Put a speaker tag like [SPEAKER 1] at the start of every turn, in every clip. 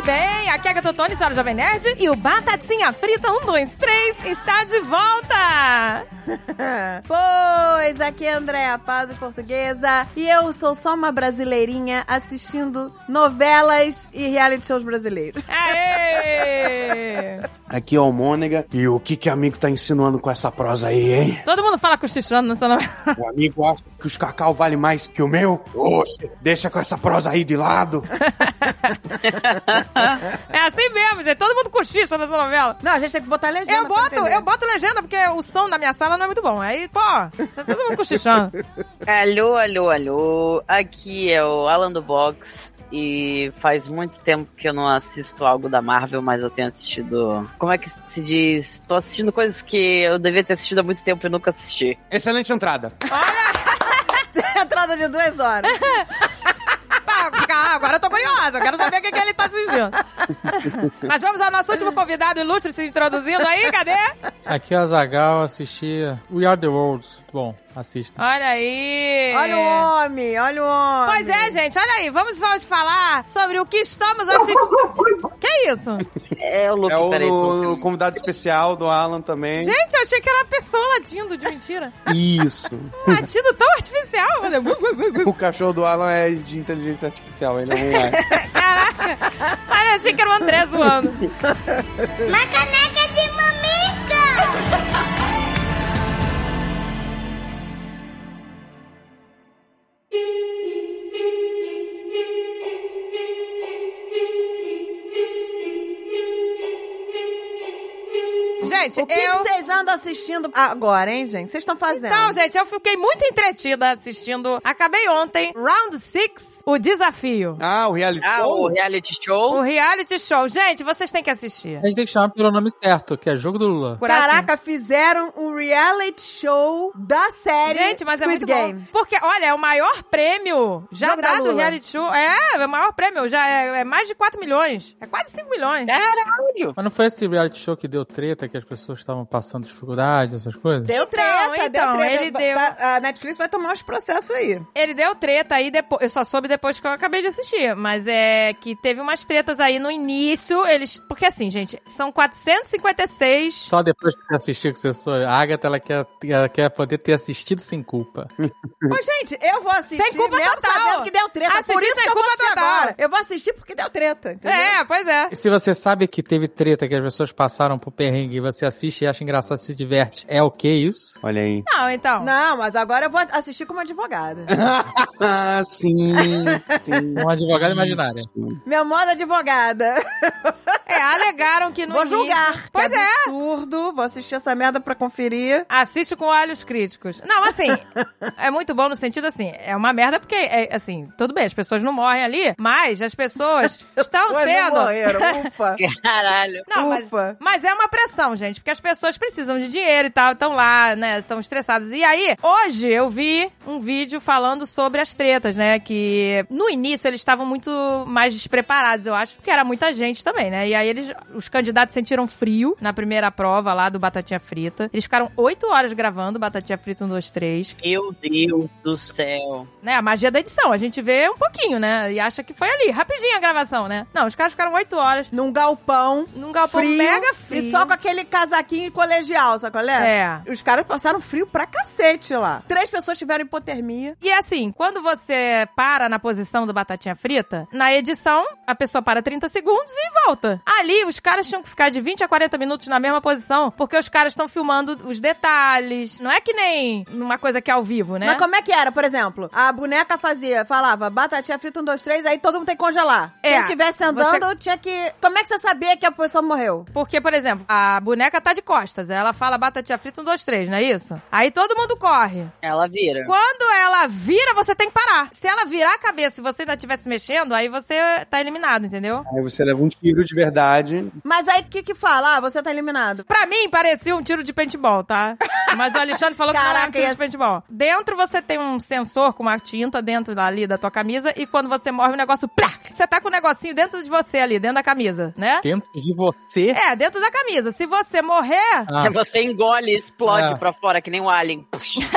[SPEAKER 1] Enxaqueca Totônia, História Jovem Nerd e o Batatinha Frita 1, 2, 3 está de volta!
[SPEAKER 2] Pois, aqui é Andréa Paz, portuguesa, e eu sou só uma brasileirinha assistindo novelas e reality shows brasileiros.
[SPEAKER 1] Aê!
[SPEAKER 3] Aqui é o Mônega. E o que que amigo tá insinuando com essa prosa aí, hein?
[SPEAKER 1] Todo mundo fala cochichando nessa novela.
[SPEAKER 3] O amigo acha que os cacau vale mais que o meu? Oxe, deixa com essa prosa aí de lado.
[SPEAKER 1] É assim mesmo, gente. Todo mundo cochicha nessa novela.
[SPEAKER 2] Não, a gente tem que botar legenda.
[SPEAKER 1] Eu
[SPEAKER 2] pra
[SPEAKER 1] boto,
[SPEAKER 2] entender.
[SPEAKER 1] eu boto legenda, porque o som da minha sala não é muito bom. Aí, pô, tá todo mundo cochichando.
[SPEAKER 4] Alô, alô, alô. Aqui é o Alan do Box. E faz muito tempo que eu não assisto algo da Marvel, mas eu tenho assistido. Como é que se diz? Tô assistindo coisas que eu devia ter assistido há muito tempo e nunca assisti.
[SPEAKER 3] Excelente entrada.
[SPEAKER 2] Entrada de duas horas.
[SPEAKER 1] Ah, agora eu tô curiosa, eu quero saber o que, que ele tá assistindo. Mas vamos ao nosso último convidado ilustre se introduzindo aí, cadê?
[SPEAKER 5] Aqui é a Zagal, assisti We Are The World. Muito Bom, assista.
[SPEAKER 1] Olha aí.
[SPEAKER 2] olha o homem, olha o homem.
[SPEAKER 1] É. Pois é, gente, olha aí, vamos, vamos falar sobre o que estamos assistindo. que isso?
[SPEAKER 4] É o Luke,
[SPEAKER 3] É o,
[SPEAKER 4] peraí. só um
[SPEAKER 3] o- o
[SPEAKER 4] segundo.
[SPEAKER 3] convidado especial do Alan também.
[SPEAKER 1] Gente, eu achei que era uma pessoa latindo de mentira.
[SPEAKER 3] Isso.
[SPEAKER 1] Um latido tão artificial. Olha,
[SPEAKER 3] O cachorro do Alan é de inteligência artificial, ele não é.
[SPEAKER 1] eu achei que era o André zoando.
[SPEAKER 6] Uma caneca de mamica!
[SPEAKER 1] Gente,
[SPEAKER 2] O que que
[SPEAKER 1] é, eu...
[SPEAKER 2] vocês andam assistindo agora, hein, gente? Vocês estão fazendo?
[SPEAKER 1] Então, gente, eu fiquei muito entretida assistindo. Acabei ontem, Round 6, O Desafio.
[SPEAKER 3] Ah, o reality
[SPEAKER 4] Ah,
[SPEAKER 3] show?
[SPEAKER 4] o reality show.
[SPEAKER 1] O reality show. Gente, vocês têm que assistir.
[SPEAKER 5] A gente tem que chamar pelo nome certo, que é Jogo do Lula.
[SPEAKER 1] assim-
[SPEAKER 2] Caraca, fizeram um reality show da série
[SPEAKER 1] Gente, mas é
[SPEAKER 2] Squid
[SPEAKER 1] muito
[SPEAKER 2] Game.
[SPEAKER 1] bom. Porque, olha, é o maior prêmio já
[SPEAKER 2] Jogo da
[SPEAKER 1] dado
[SPEAKER 2] Lula.
[SPEAKER 1] reality show. É, é o maior prêmio. Já é, é mais de 4 milhões. É quase 5 milhões.
[SPEAKER 4] Caralho!
[SPEAKER 5] Mas não foi esse reality show que deu treta, que as pessoas estavam passando dificuldade, essas coisas?
[SPEAKER 2] Deu
[SPEAKER 1] Então,
[SPEAKER 2] treta,
[SPEAKER 1] então,
[SPEAKER 2] deu treta.
[SPEAKER 1] ele
[SPEAKER 2] Tá-
[SPEAKER 1] deu.
[SPEAKER 2] tá- a Netflix vai tomar uns processos aí.
[SPEAKER 1] Ele deu treta aí depois. Eu só soube depois que eu acabei de assistir. Mas é que teve umas tretas aí no início. Eles. Porque assim, gente, são 456.
[SPEAKER 5] Só depois que você assistiu que você sou. A Agatha, ela quer, ela quer poder ter assistido sem culpa.
[SPEAKER 2] Ô, gente, eu vou assistir
[SPEAKER 1] Sem culpa
[SPEAKER 2] mesmo
[SPEAKER 1] total.
[SPEAKER 2] sabendo que deu treta.
[SPEAKER 1] Assistir
[SPEAKER 2] por isso
[SPEAKER 1] sem
[SPEAKER 2] que eu vou
[SPEAKER 1] culpa
[SPEAKER 2] assistir
[SPEAKER 1] total.
[SPEAKER 2] agora. Eu vou assistir porque deu treta, entendeu?
[SPEAKER 1] É, pois é.
[SPEAKER 5] E se você sabe que teve treta, que as pessoas passaram por perrengue, e você assiste e acha engraçado, se diverte, é o que isso?
[SPEAKER 3] Olha aí.
[SPEAKER 1] Não, então.
[SPEAKER 2] Não, mas agora eu vou assistir como advogada.
[SPEAKER 3] Ah, sim, sim.
[SPEAKER 5] Um advogado imaginário.
[SPEAKER 3] Isso.
[SPEAKER 2] Meu modo advogada.
[SPEAKER 1] É, alegaram que no
[SPEAKER 2] vou
[SPEAKER 1] início-
[SPEAKER 2] julgar.
[SPEAKER 1] Pois
[SPEAKER 2] que
[SPEAKER 1] é.
[SPEAKER 2] absurdo. Vou assistir essa merda pra conferir.
[SPEAKER 1] Assiste com olhos críticos. Não, assim, é muito bom no sentido assim, é uma merda porque, é, assim, tudo bem, as pessoas não morrem ali, mas as pessoas
[SPEAKER 2] Ué,
[SPEAKER 1] estão
[SPEAKER 2] não
[SPEAKER 1] sendo.
[SPEAKER 2] morreram. Ufa.
[SPEAKER 4] Caralho!
[SPEAKER 1] Não, mas,
[SPEAKER 2] Ufa.
[SPEAKER 1] mas é uma pressão, gente, porque as pessoas precisam de dinheiro e tal, estão lá, né, estão estressadas. E aí, hoje eu vi um vídeo falando sobre as tretas, né, que no início eles estavam muito mais despreparados, eu acho, porque era muita gente também, né, e aí eles, os candidatos sentiram frio na primeira prova lá do Batatinha Frita. Eles ficaram oito horas gravando Batatinha Frita 1, 2, 3,
[SPEAKER 4] Meu Deus do céu!
[SPEAKER 1] né, a magia da edição, a gente vê um pouquinho, né, e acha que foi ali, rapidinho a gravação, né. Não, os caras ficaram oito horas
[SPEAKER 2] Num galpão.
[SPEAKER 1] num galpão
[SPEAKER 2] frio,
[SPEAKER 1] mega frio.
[SPEAKER 2] E só com aquele casaquinho colegial, sacolé?
[SPEAKER 1] É.
[SPEAKER 2] Os caras passaram frio pra cacete lá. Três pessoas tiveram hipotermia.
[SPEAKER 1] E assim, quando você para na posição do batatinha frita, na edição, a pessoa para 30 segundos e volta. Ali, os caras tinham que ficar de 20 a 40 minutos na mesma posição, porque os caras estão filmando os detalhes. Não é que nem uma coisa que é ao vivo, né?
[SPEAKER 2] Mas como é que era, por exemplo? A boneca fazia, falava, batatinha frita, um, dois, três, aí todo mundo tem que congelar.
[SPEAKER 1] É.
[SPEAKER 2] Quem estivesse andando, tinha que... Como é que você sabia que a pessoa morreu?
[SPEAKER 1] Porque, por exemplo, a boneca tá de costas. Ela fala batatinha frita, um, dois, três, não é isso? Aí todo mundo corre.
[SPEAKER 4] Ela vira.
[SPEAKER 1] Quando ela vira, você tem que parar. Se ela virar a cabeça e você ainda estiver se mexendo, aí você tá eliminado, entendeu?
[SPEAKER 3] Aí você leva um tiro de verdade.
[SPEAKER 2] Mas aí, o que que fala? Ah, você tá eliminado.
[SPEAKER 1] Pra mim, parecia um tiro de paintball, tá? Mas o Alexandre falou que não
[SPEAKER 2] Caraca,
[SPEAKER 1] era um tiro de
[SPEAKER 2] esse-
[SPEAKER 1] paintball. Dentro você tem um sensor com uma tinta dentro ali da tua camisa e quando você morre o negócio, plá! Você tá com o negocinho dentro de você ali, dentro da camisa, né?
[SPEAKER 5] Dentro de você?
[SPEAKER 1] É, dentro da camisa. Se você morrer,
[SPEAKER 5] Ah,
[SPEAKER 4] Você engole e explode
[SPEAKER 5] É.
[SPEAKER 4] pra fora, que nem um alien.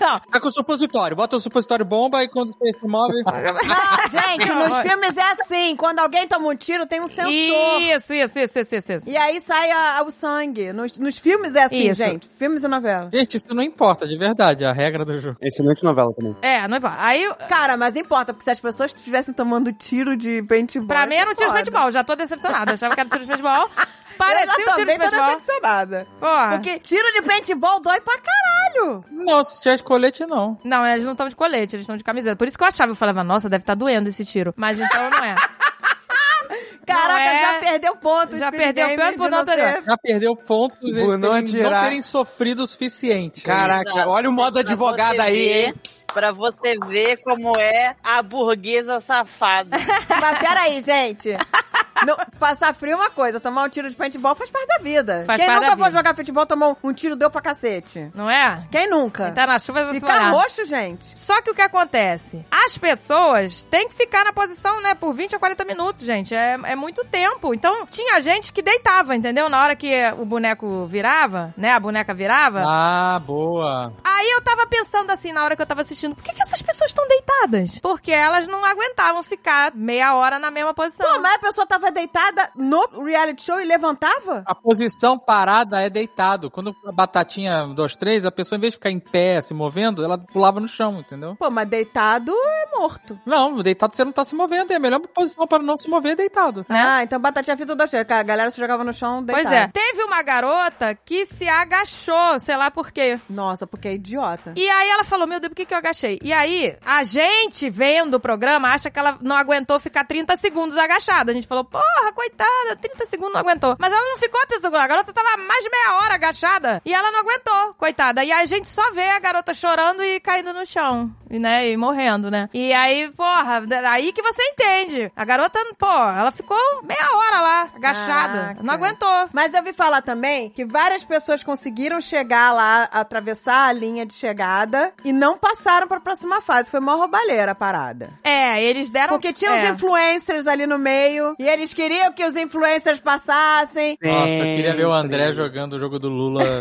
[SPEAKER 1] não.
[SPEAKER 5] tá com o supositório. Bota o supositório bomba e quando você se move.
[SPEAKER 2] Ah, gente,
[SPEAKER 1] Não,
[SPEAKER 2] nos
[SPEAKER 1] olha.
[SPEAKER 2] filmes é assim. Quando alguém toma um tiro, tem um sensor.
[SPEAKER 1] Isso, isso, isso, isso, isso. isso.
[SPEAKER 2] E aí sai a- o sangue. Nos, nos filmes é assim,
[SPEAKER 1] Isso.
[SPEAKER 2] gente. Filmes e novela.
[SPEAKER 5] Gente, isso não importa, de verdade, é a regra do jogo.
[SPEAKER 3] Excelente novela também.
[SPEAKER 1] É, não importa. Aí,
[SPEAKER 2] Cara, mas importa, porque se as pessoas estivessem tomando tiro de paintball...
[SPEAKER 1] pra mim era um
[SPEAKER 2] isso
[SPEAKER 1] tiro de
[SPEAKER 2] é foda.
[SPEAKER 1] paintball. Já tô decepcionada. Eu Achava que era um tiro de paintball. Parecia
[SPEAKER 2] Eu já
[SPEAKER 1] um tiro de
[SPEAKER 2] também tô
[SPEAKER 1] paintball. Ah.
[SPEAKER 2] decepcionada.
[SPEAKER 1] Porra.
[SPEAKER 2] Porque tiro de paintball dói pra caralho.
[SPEAKER 5] Não, se tiver de colete, não.
[SPEAKER 1] Não, eles não estão de colete, eles estão de camiseta. Por isso que eu achava, eu falava, nossa, deve estar doendo esse tiro. Mas então não é.
[SPEAKER 2] Caraca,
[SPEAKER 1] é-
[SPEAKER 2] já perdeu ponto. o
[SPEAKER 1] Já
[SPEAKER 2] Speed
[SPEAKER 1] perdeu
[SPEAKER 2] Gamer
[SPEAKER 1] ponto por
[SPEAKER 2] de
[SPEAKER 1] não ter-
[SPEAKER 2] ser-
[SPEAKER 5] Já perdeu pontos eles
[SPEAKER 3] Por não
[SPEAKER 5] terem- não
[SPEAKER 3] atirar.
[SPEAKER 5] terem sofrido o suficiente.
[SPEAKER 3] Caraca, olha o modo
[SPEAKER 4] Pra
[SPEAKER 3] advogado
[SPEAKER 4] você
[SPEAKER 3] aí,
[SPEAKER 4] ver-
[SPEAKER 3] hein?
[SPEAKER 4] Pra você ver como é a burguesa safada.
[SPEAKER 2] Mas peraí, gente. Não- passar frio é uma coisa, tomar um tiro de paintball faz parte da vida.
[SPEAKER 1] Faz
[SPEAKER 2] Quem
[SPEAKER 1] parte
[SPEAKER 2] nunca
[SPEAKER 1] da
[SPEAKER 2] foi
[SPEAKER 1] vida.
[SPEAKER 2] jogar futebol tomou um tiro deu pra cacete?
[SPEAKER 1] Não é?
[SPEAKER 2] Quem nunca?
[SPEAKER 1] Quem tá na chuva você
[SPEAKER 2] Ficar
[SPEAKER 1] vai lá.
[SPEAKER 2] roxo, gente.
[SPEAKER 1] Só que o que acontece? As pessoas têm que ficar na posição, né, por 20 a 40 minutos, gente. É, é muito tempo. Então, tinha gente que deitava, entendeu? Na hora que o boneco virava, né, a boneca virava.
[SPEAKER 5] Ah, boa.
[SPEAKER 1] Aí eu tava pensando assim, na hora que eu tava assistindo, por que, que essas pessoas estão deitadas? Porque elas não aguentavam ficar meia hora na mesma posição.
[SPEAKER 2] Pô, mas a pessoa tava deitada no reality show e levantava?
[SPEAKER 5] A posição parada é deitado. Quando a batatinha 2, 3, a pessoa, em vez de ficar em pé, se movendo, ela pulava no chão, entendeu?
[SPEAKER 2] Pô, mas deitado é morto.
[SPEAKER 5] Não, deitado você não tá se movendo. É a melhor posição para não se mover é deitado.
[SPEAKER 1] Né?
[SPEAKER 2] Ah, então batatinha frita dois tiros. A galera se jogava no chão deitada.
[SPEAKER 1] Pois é, teve uma garota que se agachou, sei lá por quê.
[SPEAKER 2] Nossa, porque é idiota.
[SPEAKER 1] E aí ela falou, meu Deus, por que, que eu agachei? E aí, a gente vendo o programa, acha que ela não aguentou ficar 30 segundos agachada. A gente falou, porra, coitada, 30 segundos não aguentou. Mas ela não ficou 30 segundos, a garota tava mais de meia hora agachada e ela não aguentou, coitada. E aí a gente só vê a garota chorando e caindo no chão, e, né, e morrendo, né? E aí, porra, aí que você entende. A garota, pô, ela ficou meia hora lá, agachada,
[SPEAKER 2] Caraca.
[SPEAKER 1] não aguentou.
[SPEAKER 2] Mas eu vi falar também que várias pessoas conseguiram chegar lá, atravessar a linha de chegada e não passaram pra próxima fase. Foi mó roubalheira a parada.
[SPEAKER 1] É, eles deram...
[SPEAKER 2] Porque tinha
[SPEAKER 1] é.
[SPEAKER 2] os influencers ali no meio e eles queriam que os influencers passassem.
[SPEAKER 5] Nossa, eu queria ver o André
[SPEAKER 3] Sempre.
[SPEAKER 5] jogando o jogo do Lula.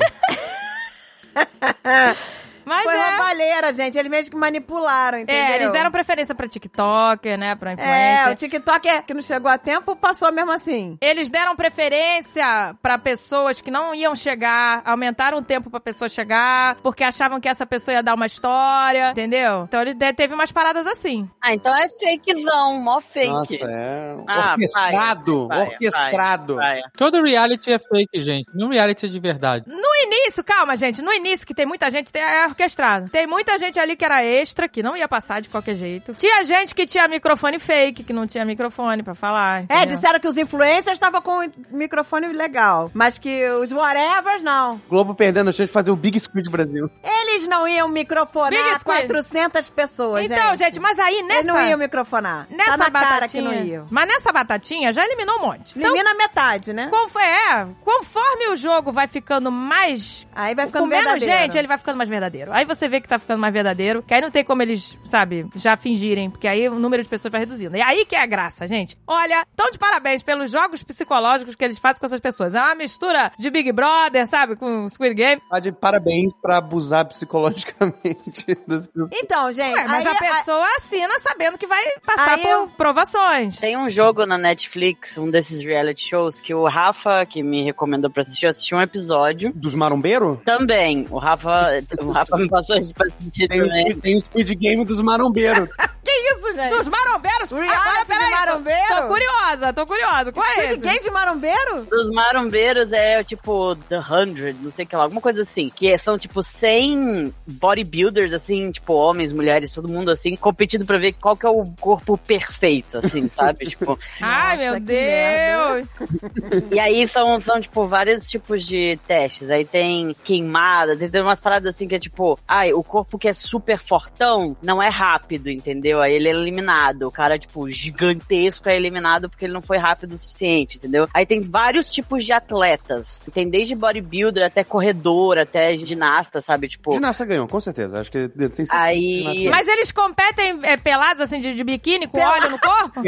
[SPEAKER 1] Mas
[SPEAKER 2] Foi
[SPEAKER 1] é.
[SPEAKER 2] roubalheira, gente. Eles mesmo que manipularam, entendeu?
[SPEAKER 1] É, eles deram preferência pra TikTok, né? Pra
[SPEAKER 2] É, o
[SPEAKER 1] influencer.
[SPEAKER 2] TikTok é que não chegou a tempo, passou mesmo assim.
[SPEAKER 1] Eles deram preferência pra pessoas que não iam chegar, aumentaram o tempo pra pessoa chegar, porque achavam que essa pessoa ia dar uma história, entendeu? Então ele de- teve umas paradas assim.
[SPEAKER 4] Ah, então é fakezão, mó fake.
[SPEAKER 3] Nossa, é um
[SPEAKER 4] Ah,
[SPEAKER 3] orquestrado,
[SPEAKER 4] vai, vai,
[SPEAKER 3] orquestrado.
[SPEAKER 4] Vai.
[SPEAKER 5] Todo reality é fake, gente. Nenhum reality é de verdade.
[SPEAKER 1] No início, calma, gente, no início que tem muita gente, tem, é orquestrado. Tem muita gente ali que era extra, que não ia passar de qualquer jeito. Tinha gente que tinha microfone fake, que não tinha microfone pra falar.
[SPEAKER 2] É,
[SPEAKER 1] entendeu?
[SPEAKER 2] disseram que os influencers estavam com o microfone legal, mas que os whatevers não.
[SPEAKER 3] Globo perdendo a chance de fazer o Big Squid Brasil.
[SPEAKER 2] Eles não iam
[SPEAKER 1] Big
[SPEAKER 2] microfonar
[SPEAKER 1] Squid.
[SPEAKER 2] 400 pessoas,
[SPEAKER 1] Então, gente, mas aí
[SPEAKER 2] Eles não iam
[SPEAKER 1] nessa.
[SPEAKER 2] microfonar.
[SPEAKER 1] Nessa
[SPEAKER 2] tá na
[SPEAKER 1] batatinha.
[SPEAKER 2] cara que não iam.
[SPEAKER 1] Mas nessa batatinha já eliminou um monte. Então,
[SPEAKER 2] Elimina a metade, né?
[SPEAKER 1] Conf- é, conforme o jogo vai ficando mais.
[SPEAKER 2] Aí vai ficando
[SPEAKER 1] com menos
[SPEAKER 2] verdadeiro.
[SPEAKER 1] gente, ele vai ficando mais verdadeiro. Aí você vê que tá ficando mais verdadeiro, que aí não tem como eles, sabe, já fingirem, porque aí o número de pessoas vai reduzindo. E aí que é a graça, gente. Olha, tão de parabéns pelos jogos psicológicos que eles fazem com essas pessoas. É uma mistura de Big Brother, sabe, com Squid Game.
[SPEAKER 3] Tá de parabéns pra abusar psicologicamente das pessoas.
[SPEAKER 2] Então, gente,
[SPEAKER 1] Ué, mas
[SPEAKER 2] aí,
[SPEAKER 1] a pessoa assina sabendo que vai passar
[SPEAKER 2] Aí
[SPEAKER 1] por
[SPEAKER 2] eu-
[SPEAKER 1] provações.
[SPEAKER 4] Tem um jogo na Netflix, um desses reality shows, que o Rafa, que me recomendou pra assistir, eu assisti um episódio.
[SPEAKER 3] Dos marombeiros?
[SPEAKER 4] Também, o Rafa, o Rafa me passou isso pra assistir
[SPEAKER 3] Tem, um o
[SPEAKER 4] também.
[SPEAKER 3] Squid- tem o Squid Game dos marombeiros.
[SPEAKER 2] a- isso, gente.
[SPEAKER 1] Dos marombeiros?
[SPEAKER 2] Reality
[SPEAKER 1] Agora,
[SPEAKER 2] É. de
[SPEAKER 1] peraí, tô-
[SPEAKER 2] marombeiro?
[SPEAKER 1] É, Tô curiosa, tô curiosa. Qual é
[SPEAKER 2] Squid
[SPEAKER 1] esse?
[SPEAKER 2] Game de marombeiro?
[SPEAKER 4] Dos marombeiros é tipo The Hundred, não sei o que lá, alguma coisa assim. Que são tipo 100 bodybuilders, assim, tipo homens, mulheres, todo mundo assim, competindo pra ver qual que é o corpo perfeito, assim, sabe? tipo,
[SPEAKER 1] Ai,
[SPEAKER 2] Nossa,
[SPEAKER 1] meu
[SPEAKER 2] que merda.
[SPEAKER 1] Deus.
[SPEAKER 4] E aí são, são, tipo, vários tipos de testes. Aí tem queimada, tem, tem umas paradas assim que é tipo, ai, o corpo que é super fortão não é rápido, entendeu? Aí ele é eliminado. O cara, tipo, gigantesco é eliminado porque ele não foi rápido o suficiente, entendeu? Aí tem vários tipos de atletas. Tem desde bodybuilder até corredor, até ginasta, sabe? Tipo.
[SPEAKER 3] Ginasta ganhou, com certeza. Acho que tem certeza.
[SPEAKER 4] Aí-
[SPEAKER 3] Ginasta ganhou.
[SPEAKER 1] Mas eles competem é, pelados, assim, de, de biquíni, com óleo no corpo?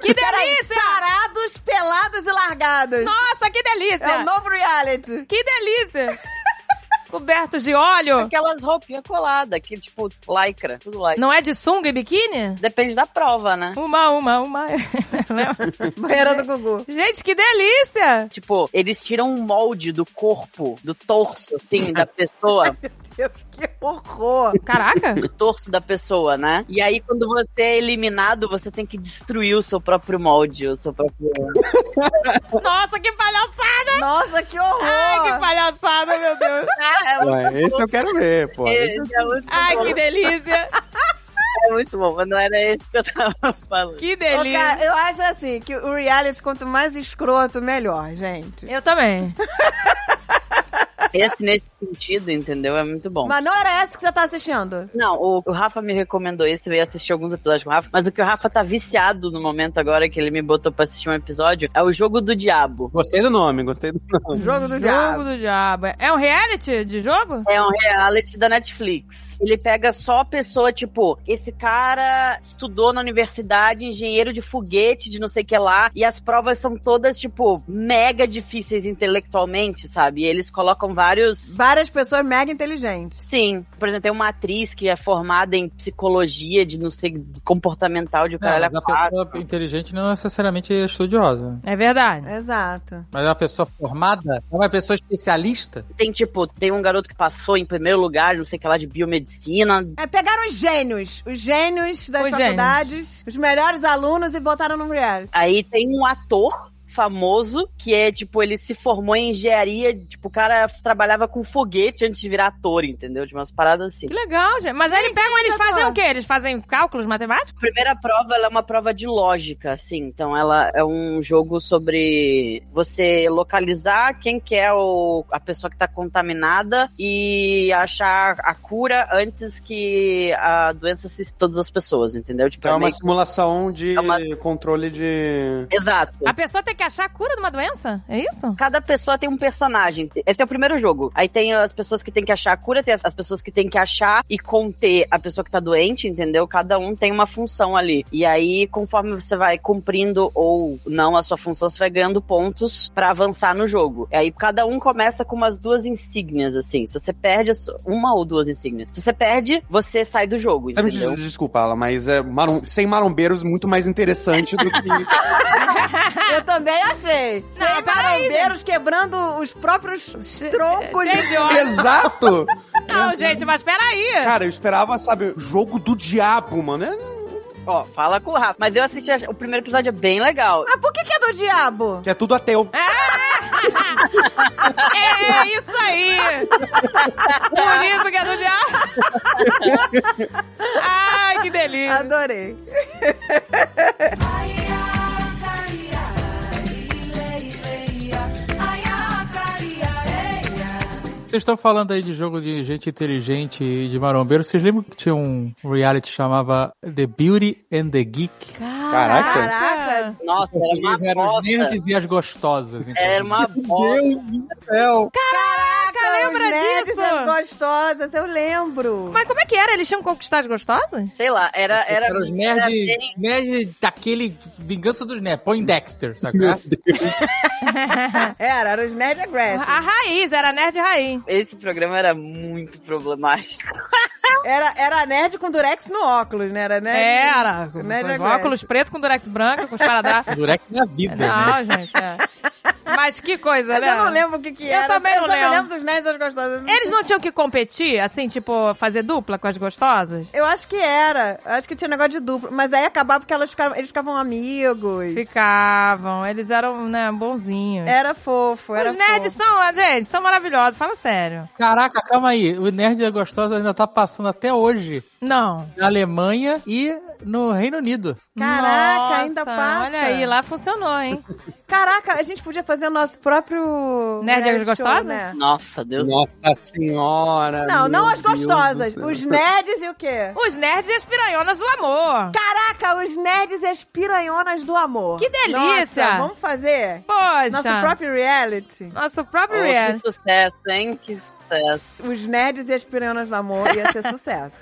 [SPEAKER 1] Que delícia!
[SPEAKER 2] Parados, pelados e largados.
[SPEAKER 1] Nossa, que
[SPEAKER 2] É o
[SPEAKER 1] delícia!
[SPEAKER 2] novo reality.
[SPEAKER 1] Que delícia! Cobertos de óleo?
[SPEAKER 4] Aquelas roupinhas coladas, que tipo, lycra, tudo lycra.
[SPEAKER 1] Não é de sunga e biquíni?
[SPEAKER 4] Depende da prova, né?
[SPEAKER 1] Uma, uma, uma.
[SPEAKER 2] Banheira do Gugu.
[SPEAKER 1] Gente, que delícia!
[SPEAKER 4] Tipo, eles tiram um molde do corpo, do torso, assim, da pessoa,
[SPEAKER 2] Que um horror.
[SPEAKER 1] Caraca!
[SPEAKER 4] do torso da pessoa, né? E aí, quando você é eliminado, você tem que destruir o seu próprio molde, o seu próprio.
[SPEAKER 1] Nossa, que palhaçada!
[SPEAKER 2] Nossa, que horror.
[SPEAKER 1] Ai, que palhaçada, meu Deus!
[SPEAKER 4] Ah,
[SPEAKER 3] Ué, esse eu quero ver, pô.
[SPEAKER 4] É, é muito,
[SPEAKER 1] Ai,
[SPEAKER 4] bom,
[SPEAKER 1] que delícia!
[SPEAKER 4] é muito bom, mas não era esse que eu tava falando.
[SPEAKER 1] Que
[SPEAKER 2] Ô,
[SPEAKER 1] delícia!
[SPEAKER 2] cara, eu acho assim, que o reality, quanto mais escroto, melhor, gente.
[SPEAKER 1] Eu também.
[SPEAKER 4] Esse, nesse sentido, entendeu? É muito bom.
[SPEAKER 2] Mas não era essa que você tá assistindo?
[SPEAKER 4] Não, o, o Rafa me recomendou esse, eu ia assistir alguns episódios com o Rafa, mas o que o Rafa tá viciado no momento agora que ele me botou pra assistir um episódio é o Jogo do Diabo.
[SPEAKER 3] Gostei do nome, gostei do nome.
[SPEAKER 2] Jogo do
[SPEAKER 1] jogo
[SPEAKER 2] Diabo.
[SPEAKER 1] do diabo. É um reality de jogo?
[SPEAKER 4] É um reality da Netflix. Ele pega só a pessoa, tipo, esse cara estudou na universidade, engenheiro de foguete, de não sei o que lá, e as provas são todas, tipo, mega difíceis intelectualmente, sabe? E eles colocam vários
[SPEAKER 2] Várias pessoas mega inteligentes.
[SPEAKER 4] Sim. Por exemplo, tem uma atriz que é formada em psicologia de não sei, comportamental de o
[SPEAKER 5] Não,
[SPEAKER 4] cara.
[SPEAKER 5] mas a pessoa inteligente não é necessariamente estudiosa.
[SPEAKER 1] É verdade.
[SPEAKER 2] Exato.
[SPEAKER 5] Mas é uma pessoa formada? É uma pessoa especialista?
[SPEAKER 4] Tem, tipo, tem um garoto que passou em primeiro lugar, não sei o que lá, de biomedicina.
[SPEAKER 2] É, pegaram os gênios, os gênios das
[SPEAKER 1] Os
[SPEAKER 2] faculdades, os melhores alunos e botaram no reality.
[SPEAKER 4] Aí tem um ator famoso que é, tipo, ele se formou em engenharia, tipo, o cara trabalhava com foguete antes de virar ator, entendeu? De umas paradas assim.
[SPEAKER 1] Que legal, gente. Mas aí eles pegam, eles
[SPEAKER 2] essa
[SPEAKER 1] fazem
[SPEAKER 2] porra?
[SPEAKER 1] o quê? Eles fazem cálculos matemáticos?
[SPEAKER 4] A primeira prova, ela é uma prova de lógica, assim. Então, ela é um jogo sobre você localizar quem que é o, a pessoa que tá contaminada e achar a cura antes que a doença se espalhe todas as pessoas, entendeu? Tipo,
[SPEAKER 3] Então é
[SPEAKER 4] é
[SPEAKER 3] uma
[SPEAKER 4] meio-
[SPEAKER 3] simulação de
[SPEAKER 4] É uma-
[SPEAKER 3] controle de.
[SPEAKER 4] Exato.
[SPEAKER 1] A pessoa tem que achar a cura de uma doença? É isso?
[SPEAKER 4] Cada pessoa tem um personagem. Esse é o primeiro jogo. Aí tem as pessoas que tem que achar a cura, tem as pessoas que tem que achar e conter a pessoa que tá doente, entendeu? Cada um tem uma função ali. E aí, conforme você vai cumprindo ou não a sua função, você vai ganhando pontos pra avançar no jogo. E aí cada um começa com umas duas insígnias, assim. Se você perde a sua- uma ou duas insígnias. Se você perde, você sai do jogo,
[SPEAKER 3] Você me
[SPEAKER 4] entendeu?
[SPEAKER 3] des- desculpa, Ala, mas é marom- sem marombeiros muito mais interessante do
[SPEAKER 4] É
[SPEAKER 3] que.
[SPEAKER 2] Eu também achei. Sem
[SPEAKER 1] peraí,
[SPEAKER 2] marandeiros quebrando os próprios troncos
[SPEAKER 1] Cheio de
[SPEAKER 2] de...
[SPEAKER 1] ódio.
[SPEAKER 3] Exato!
[SPEAKER 1] Não, gente, mas peraí.
[SPEAKER 3] Cara, eu esperava, sabe, jogo do diabo, mano. É-
[SPEAKER 4] Ó, fala com o Rafa. Mas eu assisti, a- o primeiro episódio é bem legal.
[SPEAKER 2] Ah, por que que é do diabo?
[SPEAKER 3] Que é tudo ateu.
[SPEAKER 1] É isso aí! Por isso que é do diabo! Ai, que delícia!
[SPEAKER 2] Adorei.
[SPEAKER 5] Vocês estão falando aí de jogo de gente inteligente e de marombeiro. Vocês lembram que tinha um reality que chamava The Beauty and the Geek?
[SPEAKER 4] Ah,
[SPEAKER 3] Caraca.
[SPEAKER 2] Caraca.
[SPEAKER 4] Nossa, era uma
[SPEAKER 5] Ah, Eles eram os
[SPEAKER 4] bosta.
[SPEAKER 5] nerds e as gostosas. então.
[SPEAKER 4] Era uma bosta.
[SPEAKER 3] do céu!
[SPEAKER 2] Tá,
[SPEAKER 1] Caraca, Tá, lembra disso?
[SPEAKER 2] gostosas, eu lembro.
[SPEAKER 1] Mas como é que era? Eles tinham conquistadas gostosas?
[SPEAKER 4] Sei lá, era. Era,
[SPEAKER 5] Eram os
[SPEAKER 4] era
[SPEAKER 5] nerds
[SPEAKER 4] bem-
[SPEAKER 5] nerd daquele Vingança dos Nerds. Põe Dexter, saca?
[SPEAKER 2] Era, era assim. os Nerd Aggressive.
[SPEAKER 1] A raiz, era nerd raiz.
[SPEAKER 4] Esse programa era muito problemático.
[SPEAKER 2] Era, era nerd com durex no óculos, né? Era nerd...
[SPEAKER 1] ah. Era. Com
[SPEAKER 2] Nerd
[SPEAKER 1] com
[SPEAKER 2] Aggressive.
[SPEAKER 1] óculos preto com durex branco, com esparadrapo.
[SPEAKER 5] Durex na um vida, né?
[SPEAKER 1] Não, gente, é. Mas que coisa,
[SPEAKER 2] Mas
[SPEAKER 1] né?
[SPEAKER 2] eu não lembro o que que
[SPEAKER 1] Eu
[SPEAKER 2] era.
[SPEAKER 1] também
[SPEAKER 2] eu
[SPEAKER 1] não
[SPEAKER 2] só me
[SPEAKER 1] lembro.
[SPEAKER 2] lembro dos nerds gostosas.
[SPEAKER 1] Eles não tinham que competir, assim, tipo, fazer dupla com as gostosas?
[SPEAKER 2] Eu acho que era. Eu acho que tinha negócio de duplo. Mas aí acabava porque elas ficavam, eles ficavam amigos.
[SPEAKER 1] Ficavam, eles eram, né, bonzinhos.
[SPEAKER 2] Era fofo, era
[SPEAKER 1] Os nerds
[SPEAKER 2] fofo.
[SPEAKER 1] são, ah, gente, são maravilhosos, fala sério.
[SPEAKER 5] Caraca, calma aí. O Nerd é Gostosa ainda tá passando até hoje
[SPEAKER 1] Não.
[SPEAKER 5] na Alemanha e no Reino Unido.
[SPEAKER 2] Caraca,
[SPEAKER 1] Nossa,
[SPEAKER 2] ainda passa.
[SPEAKER 1] Olha aí, lá funcionou, hein?
[SPEAKER 2] Caraca, a gente podia fazer o nosso próprio.
[SPEAKER 1] Nerd
[SPEAKER 2] reality
[SPEAKER 1] As
[SPEAKER 2] show,
[SPEAKER 1] Gostosas?
[SPEAKER 2] né?
[SPEAKER 4] Nossa, Deus.
[SPEAKER 3] Nossa senhora!
[SPEAKER 2] Não,
[SPEAKER 3] meu
[SPEAKER 2] não as
[SPEAKER 3] Deus do
[SPEAKER 2] gostosas.
[SPEAKER 3] céu.
[SPEAKER 2] Os nerds e o quê?
[SPEAKER 1] Os nerds e as piranhonas do amor.
[SPEAKER 2] Caraca, os nerds e as piranhonas do amor.
[SPEAKER 1] Que delícia!
[SPEAKER 2] Nossa, vamos fazer
[SPEAKER 1] Poxa.
[SPEAKER 2] nosso próprio reality.
[SPEAKER 1] Nosso
[SPEAKER 4] Oh,
[SPEAKER 1] próprio
[SPEAKER 4] que
[SPEAKER 1] reality.
[SPEAKER 4] sucesso, hein? Que sucesso.
[SPEAKER 2] Os nerds e as piranhonas do amor ia ser sucesso.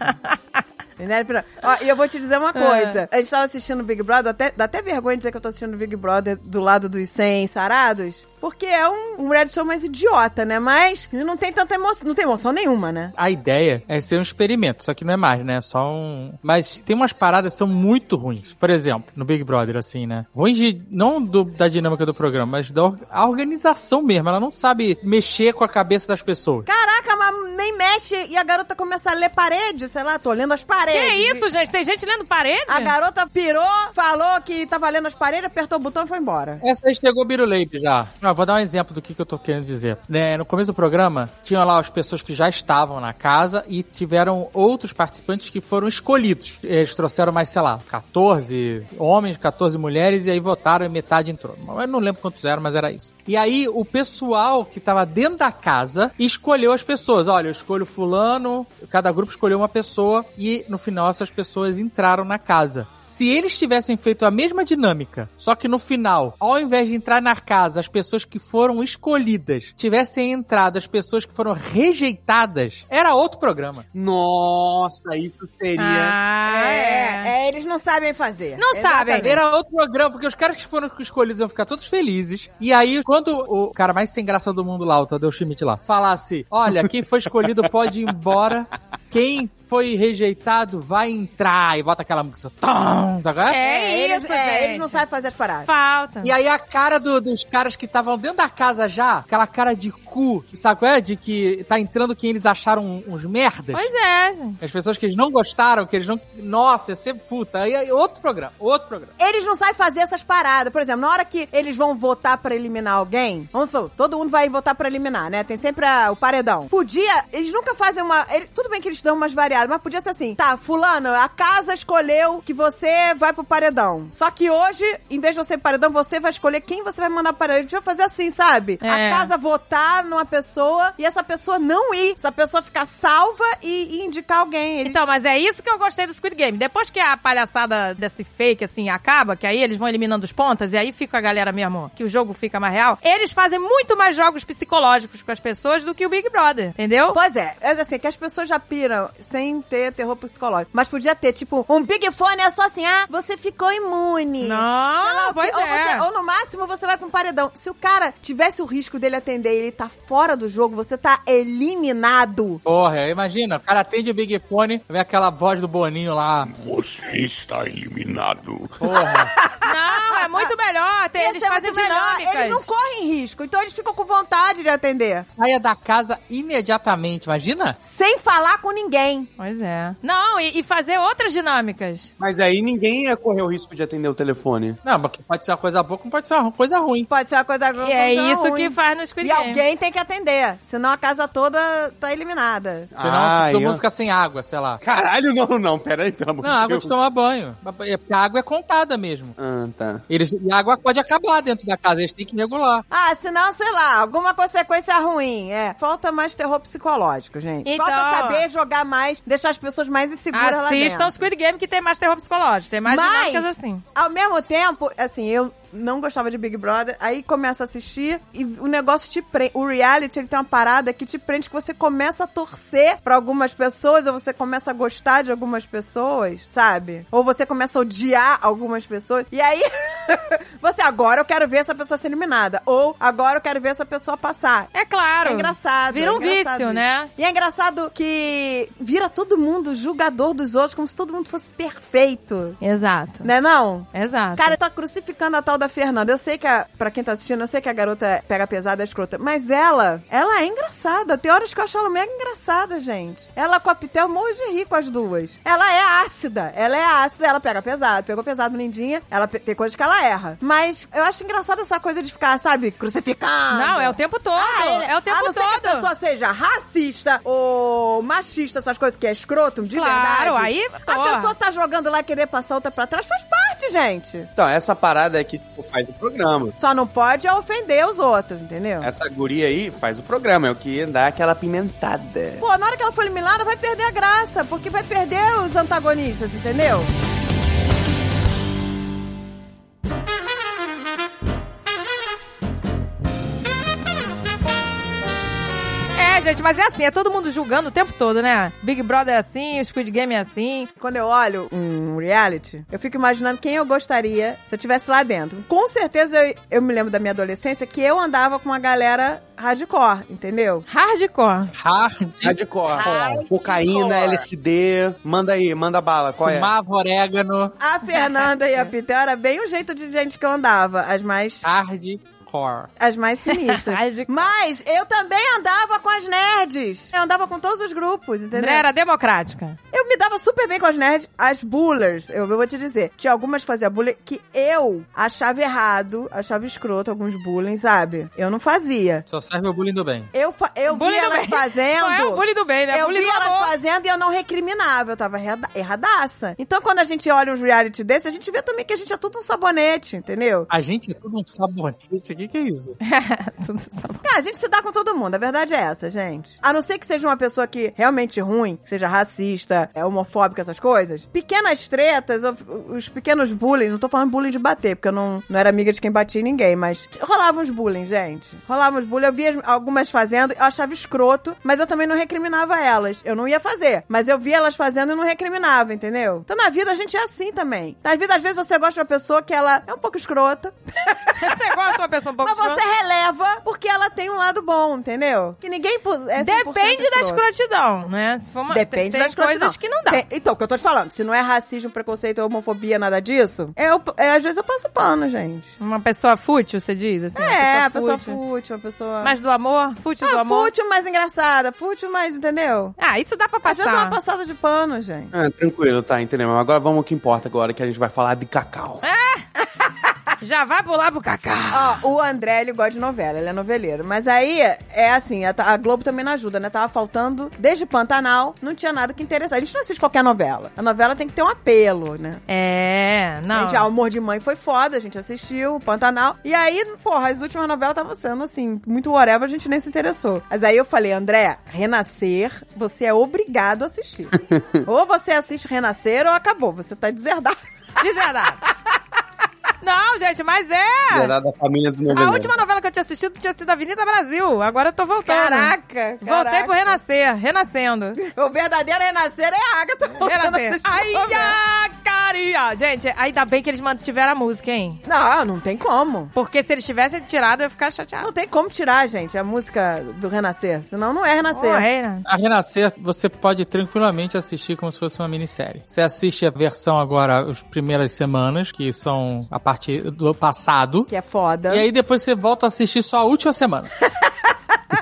[SPEAKER 2] Os nerds e piran- Ó, e eu vou te dizer
[SPEAKER 1] Ah.
[SPEAKER 2] uma coisa. A gente tava assistindo Big Brother, até, dá até vergonha de dizer que eu tô assistindo Big Brother do lado dos 100 sarados, porque é um, um reality show mais idiota, né? Mas não tem tanta emoção, não tem emoção nenhuma, né?
[SPEAKER 5] A ideia é ser um experimento, só que não é mais, né? É Só um. Mas tem umas paradas que são muito ruins. Por exemplo, no Big Brother, assim, né? Ruins de. Não do- da dinâmica do programa, mas da or- a organização mesmo. Ela não sabe mexer com a cabeça das pessoas.
[SPEAKER 2] Caraca, mas nem mexe e a garota começa a ler parede, sei lá, tô lendo as
[SPEAKER 1] Que
[SPEAKER 2] paredes.
[SPEAKER 1] isso, gente? Tem gente lendo parede?
[SPEAKER 2] A garota pirou, falou que tava lendo as paredes, apertou o botão e foi embora.
[SPEAKER 5] Essa aí chegou Biruleibe já. Ah, vou dar um exemplo do que, que eu tô querendo dizer. Né, no começo do programa, tinham lá as pessoas que já estavam na casa e tiveram outros participantes que foram escolhidos. Eles trouxeram mais, sei lá, 14 homens, 14 mulheres e aí votaram e metade entrou. Eu não lembro quantos eram, mas era isso. E aí o pessoal que tava dentro da casa escolheu as pessoas. Olha, eu escolho fulano, cada grupo escolheu uma pessoa e no final essas pessoas entraram na casa. Se eles tivessem feito a mesma dinâmica, só que no final, ao invés de entrar na casa, as pessoas que foram escolhidas tivessem entrado as pessoas que foram rejeitadas, era outro programa.
[SPEAKER 3] Nossa, isso seria.
[SPEAKER 1] Ah, é.
[SPEAKER 2] É, é, eles não sabem fazer.
[SPEAKER 1] Não sabem.
[SPEAKER 2] Exatamente.
[SPEAKER 5] Era outro programa, porque os caras que foram escolhidos iam ficar todos felizes. E aí, quando o cara mais sem graça do mundo lá, o Tadeu Schmidt lá, falasse: Olha, quem foi escolhido pode ir embora, quem foi rejeitado vai entrar. E bota aquela música. Tom, agora?
[SPEAKER 1] É
[SPEAKER 2] eles,
[SPEAKER 1] isso,
[SPEAKER 2] é,
[SPEAKER 1] gente.
[SPEAKER 2] eles não sabem fazer as paradas.
[SPEAKER 1] Falta.
[SPEAKER 5] E aí a cara do- dos caras que estavam dentro da casa já, aquela cara de cu, sabe qual é? De que tá entrando quem eles acharam um, uns merdas.
[SPEAKER 1] Pois é, gente.
[SPEAKER 5] As pessoas que eles não gostaram, que eles não. Nossa, ia ser puta. Aí, aí outro programa, outro programa.
[SPEAKER 2] Eles não sabem fazer essas paradas. Por exemplo, na hora que eles vão votar pra eliminar alguém, vamos supor, todo mundo vai votar pra eliminar, né? Tem sempre a- o paredão. Podia, eles nunca fazem uma. ele- tudo bem que eles dão umas variadas, mas podia ser assim: tá, Fulano, a casa escolheu que você vai pro paredão. Só que hoje, em vez de você ir pro paredão, você vai escolher quem você vai mandar pro paredão. Eles vão fazer assim, sabe?
[SPEAKER 1] É.
[SPEAKER 2] A casa votar numa pessoa e essa pessoa não ir. Essa pessoa ficar salva e, e indicar alguém. Eles-
[SPEAKER 1] Então, mas é isso que eu gostei do Squid Game. Depois que a palhaçada desse fake, assim, acaba, que aí eles vão eliminando os pontas, e aí fica a galera mesmo, que o jogo fica mais real, eles fazem muito mais jogos psicológicos com as pessoas do que o Big Brother, entendeu?
[SPEAKER 2] Pois é, é assim, que as pessoas já piram sem ter terror psicológico. Mas podia ter, tipo, um Big Fone é só assim, ah, você ficou imune.
[SPEAKER 1] Não,
[SPEAKER 2] Sei lá,
[SPEAKER 1] pois
[SPEAKER 2] ou,
[SPEAKER 1] é.
[SPEAKER 2] você- ou no máximo você vai pra um paredão. Se o cara tivesse o risco dele atender e ele tá fora do jogo, você tá eliminado.
[SPEAKER 5] Porra, imagina, o cara atende o Big Fone, vem aquela voz do Boninho lá.
[SPEAKER 7] Você está eliminado.
[SPEAKER 5] Porra.
[SPEAKER 1] Não, é muito melhor. Tem, eles
[SPEAKER 2] Esse é
[SPEAKER 1] fazem
[SPEAKER 2] muito melhor.
[SPEAKER 1] dinâmicas.
[SPEAKER 2] Eles não correm risco, então eles ficam com vontade de atender.
[SPEAKER 5] Saia da casa imediatamente, imagina?
[SPEAKER 2] Sem falar com ninguém.
[SPEAKER 1] Pois é. Não, e, e fazer outras dinâmicas.
[SPEAKER 3] Mas aí ninguém ia correr o risco de atender o telefone.
[SPEAKER 5] Não, mas que pode ser uma coisa boa, como pode ser uma coisa ruim.
[SPEAKER 2] Pode ser uma coisa
[SPEAKER 1] E é
[SPEAKER 2] coisa
[SPEAKER 1] isso
[SPEAKER 2] ruim.
[SPEAKER 1] que faz no Squid
[SPEAKER 2] um, E
[SPEAKER 1] Game.
[SPEAKER 2] alguém tem que atender, senão a casa toda tá eliminada.
[SPEAKER 5] Senão
[SPEAKER 8] Ah,
[SPEAKER 3] Ai,
[SPEAKER 5] todo mundo
[SPEAKER 3] ó.
[SPEAKER 5] fica sem água, sei lá.
[SPEAKER 3] Caralho, não, não, pera aí, pelo amor
[SPEAKER 5] Não, a
[SPEAKER 3] de
[SPEAKER 5] água
[SPEAKER 3] Deus.
[SPEAKER 5] de tomar banho. É Porque a água é contada mesmo.
[SPEAKER 3] Ah, tá.
[SPEAKER 5] Eles, e a água pode acabar dentro da casa, eles têm que regular.
[SPEAKER 2] Ah, senão, sei lá, alguma consequência ruim. É, falta mais terror psicológico, gente.
[SPEAKER 1] Então-
[SPEAKER 2] falta saber jogar mais, deixar as pessoas mais inseguras lá dentro.
[SPEAKER 1] Assistam Squid Game que tem mais terror psicológico. Tem mais dinâmicas assim.
[SPEAKER 2] ao mesmo tempo, assim, eu não gostava de Big Brother, aí começa a assistir e o negócio te prende. O reality, ele tem uma parada que te prende, que você começa a torcer pra algumas pessoas, ou você começa a gostar de algumas pessoas, sabe? Ou você começa a odiar algumas pessoas. E aí, você, agora eu quero ver essa pessoa ser eliminada. Ou, agora eu quero ver essa pessoa passar.
[SPEAKER 1] É claro.
[SPEAKER 2] É engraçado.
[SPEAKER 1] Vira um
[SPEAKER 2] é engraçado
[SPEAKER 1] vício,
[SPEAKER 2] isso.
[SPEAKER 1] né?
[SPEAKER 2] E é engraçado que vira todo mundo julgador dos outros, como se todo mundo fosse perfeito.
[SPEAKER 1] Exato.
[SPEAKER 2] Né não?
[SPEAKER 1] Exato.
[SPEAKER 2] Cara, tá crucificando a tal da Fernanda. Eu sei que, a, pra quem tá assistindo, eu sei que a garota pega pesada, é escrota. Mas ela, ela é engraçada. Tem horas que eu acho ela mega engraçada, gente. Ela com a Pitel morre de rir com as duas. Ela é ácida. Ela é ácida, ela pega pesado. Pegou pesado, lindinha. Ela pe- tem coisas que ela erra. Mas eu acho engraçada essa coisa de ficar, sabe, crucificada.
[SPEAKER 1] Não, é o tempo todo.
[SPEAKER 2] Ah, ele-
[SPEAKER 1] É o tempo
[SPEAKER 2] a não ser
[SPEAKER 1] todo.
[SPEAKER 2] Que a pessoa seja racista ou machista, essas coisas que é escroto, de
[SPEAKER 1] Claro,
[SPEAKER 2] verdade.
[SPEAKER 1] aí,
[SPEAKER 2] A
[SPEAKER 1] porra.
[SPEAKER 2] pessoa tá jogando lá querer passar outra pra trás, faz parte pode, gente.
[SPEAKER 8] Então, essa parada é que tipo, faz o programa.
[SPEAKER 2] Só não pode é ofender os outros, entendeu?
[SPEAKER 8] Essa guria aí faz o programa, é o que dá aquela pimentada.
[SPEAKER 2] Pô, na hora que ela for eliminada, vai perder a graça, porque vai perder os antagonistas, entendeu?
[SPEAKER 1] É, gente, mas é assim, é todo mundo julgando o tempo todo, né? Big Brother é assim, o Squid Game é assim.
[SPEAKER 2] Quando eu olho um reality, eu fico imaginando quem eu gostaria se eu tivesse lá dentro. Com certeza eu, eu me lembro da minha adolescência que eu andava com uma galera hardcore, entendeu?
[SPEAKER 1] Hardcore.
[SPEAKER 5] Hard,
[SPEAKER 8] Hardcore.
[SPEAKER 4] Hardcore.
[SPEAKER 8] Cocaína, LSD. Manda aí, manda bala. Qual é?
[SPEAKER 5] fumava orégano,
[SPEAKER 2] A Fernanda e a Pitel era bem o jeito de gente que eu andava, as mais
[SPEAKER 5] hardcore.
[SPEAKER 2] as mais sinistras.
[SPEAKER 1] Hardcore.
[SPEAKER 2] Mas eu também andava com as nerds. Eu andava com todos os grupos, entendeu?
[SPEAKER 1] André era democrática.
[SPEAKER 2] Eu me dava super bem com as nerds, as bullers, eu, eu vou te dizer. Tinha algumas que faziam bullying que eu achava errado, achava escroto alguns bullying, sabe? Eu não fazia.
[SPEAKER 5] Só serve o bullying do bem.
[SPEAKER 2] Eu, fa- eu
[SPEAKER 1] Bullying
[SPEAKER 2] via
[SPEAKER 1] do
[SPEAKER 2] elas
[SPEAKER 1] bem.
[SPEAKER 2] fazendo.
[SPEAKER 1] Só é o bullying do bem, né?
[SPEAKER 2] Eu
[SPEAKER 1] bullying
[SPEAKER 2] vi
[SPEAKER 1] do amor.
[SPEAKER 2] elas fazendo e eu não recriminava, eu tava errada- erradaça. Então, quando a gente olha uns reality desses, a gente vê também que a gente é tudo um sabonete, entendeu?
[SPEAKER 5] A gente é tudo um sabonete. O que, que é isso?
[SPEAKER 1] Tudo sabão.
[SPEAKER 2] É, a gente se dá com todo mundo, a verdade é essa, gente. A não ser que seja uma pessoa que realmente ruim, que seja racista, é homofóbica, essas coisas. Pequenas tretas, ou- os pequenos bullying, não tô falando bullying de bater, porque eu não, não era amiga de quem batia em ninguém, mas rolavam os bullying, gente. Rolavam os bullying, eu via as- algumas fazendo, eu achava escroto, mas eu também não recriminava elas. Eu não ia fazer, mas eu via elas fazendo e não recriminava, entendeu? Então na vida a gente é assim também. Na vida, às vezes, você gosta de uma pessoa que ela é um pouco escrota,
[SPEAKER 1] Você gosta de uma pessoa um pouco
[SPEAKER 2] mas você é
[SPEAKER 1] escrota?
[SPEAKER 2] releva porque ela tem um lado bom, entendeu? Que ninguém pu- é 100%
[SPEAKER 1] Depende da
[SPEAKER 2] escroto.
[SPEAKER 1] escrotidão, né? Se for uma...
[SPEAKER 2] Depende
[SPEAKER 1] tem
[SPEAKER 2] da
[SPEAKER 1] tem
[SPEAKER 2] escrotidão.
[SPEAKER 1] coisas que não dá.
[SPEAKER 2] Tem- então, o que eu tô te falando, se não é racismo, preconceito, homofobia, nada disso, eu, é, às vezes eu passo pano, gente.
[SPEAKER 1] Uma pessoa fútil, você diz? Assim, uma
[SPEAKER 2] É, a pessoa
[SPEAKER 1] fútil.
[SPEAKER 2] fútil, a pessoa...
[SPEAKER 1] Mas do amor? Fútil do
[SPEAKER 2] ah,
[SPEAKER 1] amor?
[SPEAKER 2] fútil, mas engraçada, fútil, mas, entendeu?
[SPEAKER 1] Ah, isso dá pra
[SPEAKER 2] Às vezes é uma
[SPEAKER 1] passar.
[SPEAKER 2] passada de pano, gente.
[SPEAKER 8] Ah, tranquilo, tá, entendemos. Agora vamos ao que importa agora, que a gente vai falar de cacau.
[SPEAKER 1] É! Já vai pular pro cacá.
[SPEAKER 2] Ó, o André, ele gosta de novela, ele é noveleiro. Mas aí, é assim, a, a Globo também não ajuda, né? Tava faltando, desde Pantanal, não tinha nada que interessar. A gente não assiste qualquer novela. A novela tem que ter um apelo, né?
[SPEAKER 1] É, não.
[SPEAKER 2] Gente, ah, o Amor de Mãe foi foda, a gente assistiu, o Pantanal. E aí, porra, as últimas novelas estavam sendo, assim, muito whatever, a gente nem se interessou. Mas aí eu falei, André, Renascer, você é obrigado a assistir. ou você assiste Renascer ou acabou, você tá deserdado.
[SPEAKER 1] Deserdado. Não, gente, mas
[SPEAKER 8] É.
[SPEAKER 1] é.
[SPEAKER 8] Da família dos
[SPEAKER 1] A
[SPEAKER 8] noveleiros.
[SPEAKER 1] última novela que eu tinha assistido tinha sido Avenida Brasil. Agora eu tô voltando.
[SPEAKER 2] Caraca,
[SPEAKER 1] Voltei
[SPEAKER 2] caraca.
[SPEAKER 1] pro Renascer, renascendo.
[SPEAKER 2] O verdadeiro Renascer é a Agatha. voltando a
[SPEAKER 1] Renascer.
[SPEAKER 2] assistir
[SPEAKER 1] Ai,
[SPEAKER 2] novela.
[SPEAKER 1] caria! Gente, ainda bem que eles mantiveram a música, hein?
[SPEAKER 2] Não, não tem como.
[SPEAKER 1] Porque se eles tivessem tirado, eu ia ficar
[SPEAKER 2] Não
[SPEAKER 1] chateado.
[SPEAKER 2] tem como tirar, gente, a música do Renascer. Senão não é Renascer.
[SPEAKER 1] Morreram.
[SPEAKER 5] A Renascer, você pode tranquilamente assistir como se fosse uma minissérie. Você assiste a versão agora, as primeiras semanas, que são a partir do passado.
[SPEAKER 2] Que é foda.
[SPEAKER 5] E aí depois você volta a assistir só a última semana.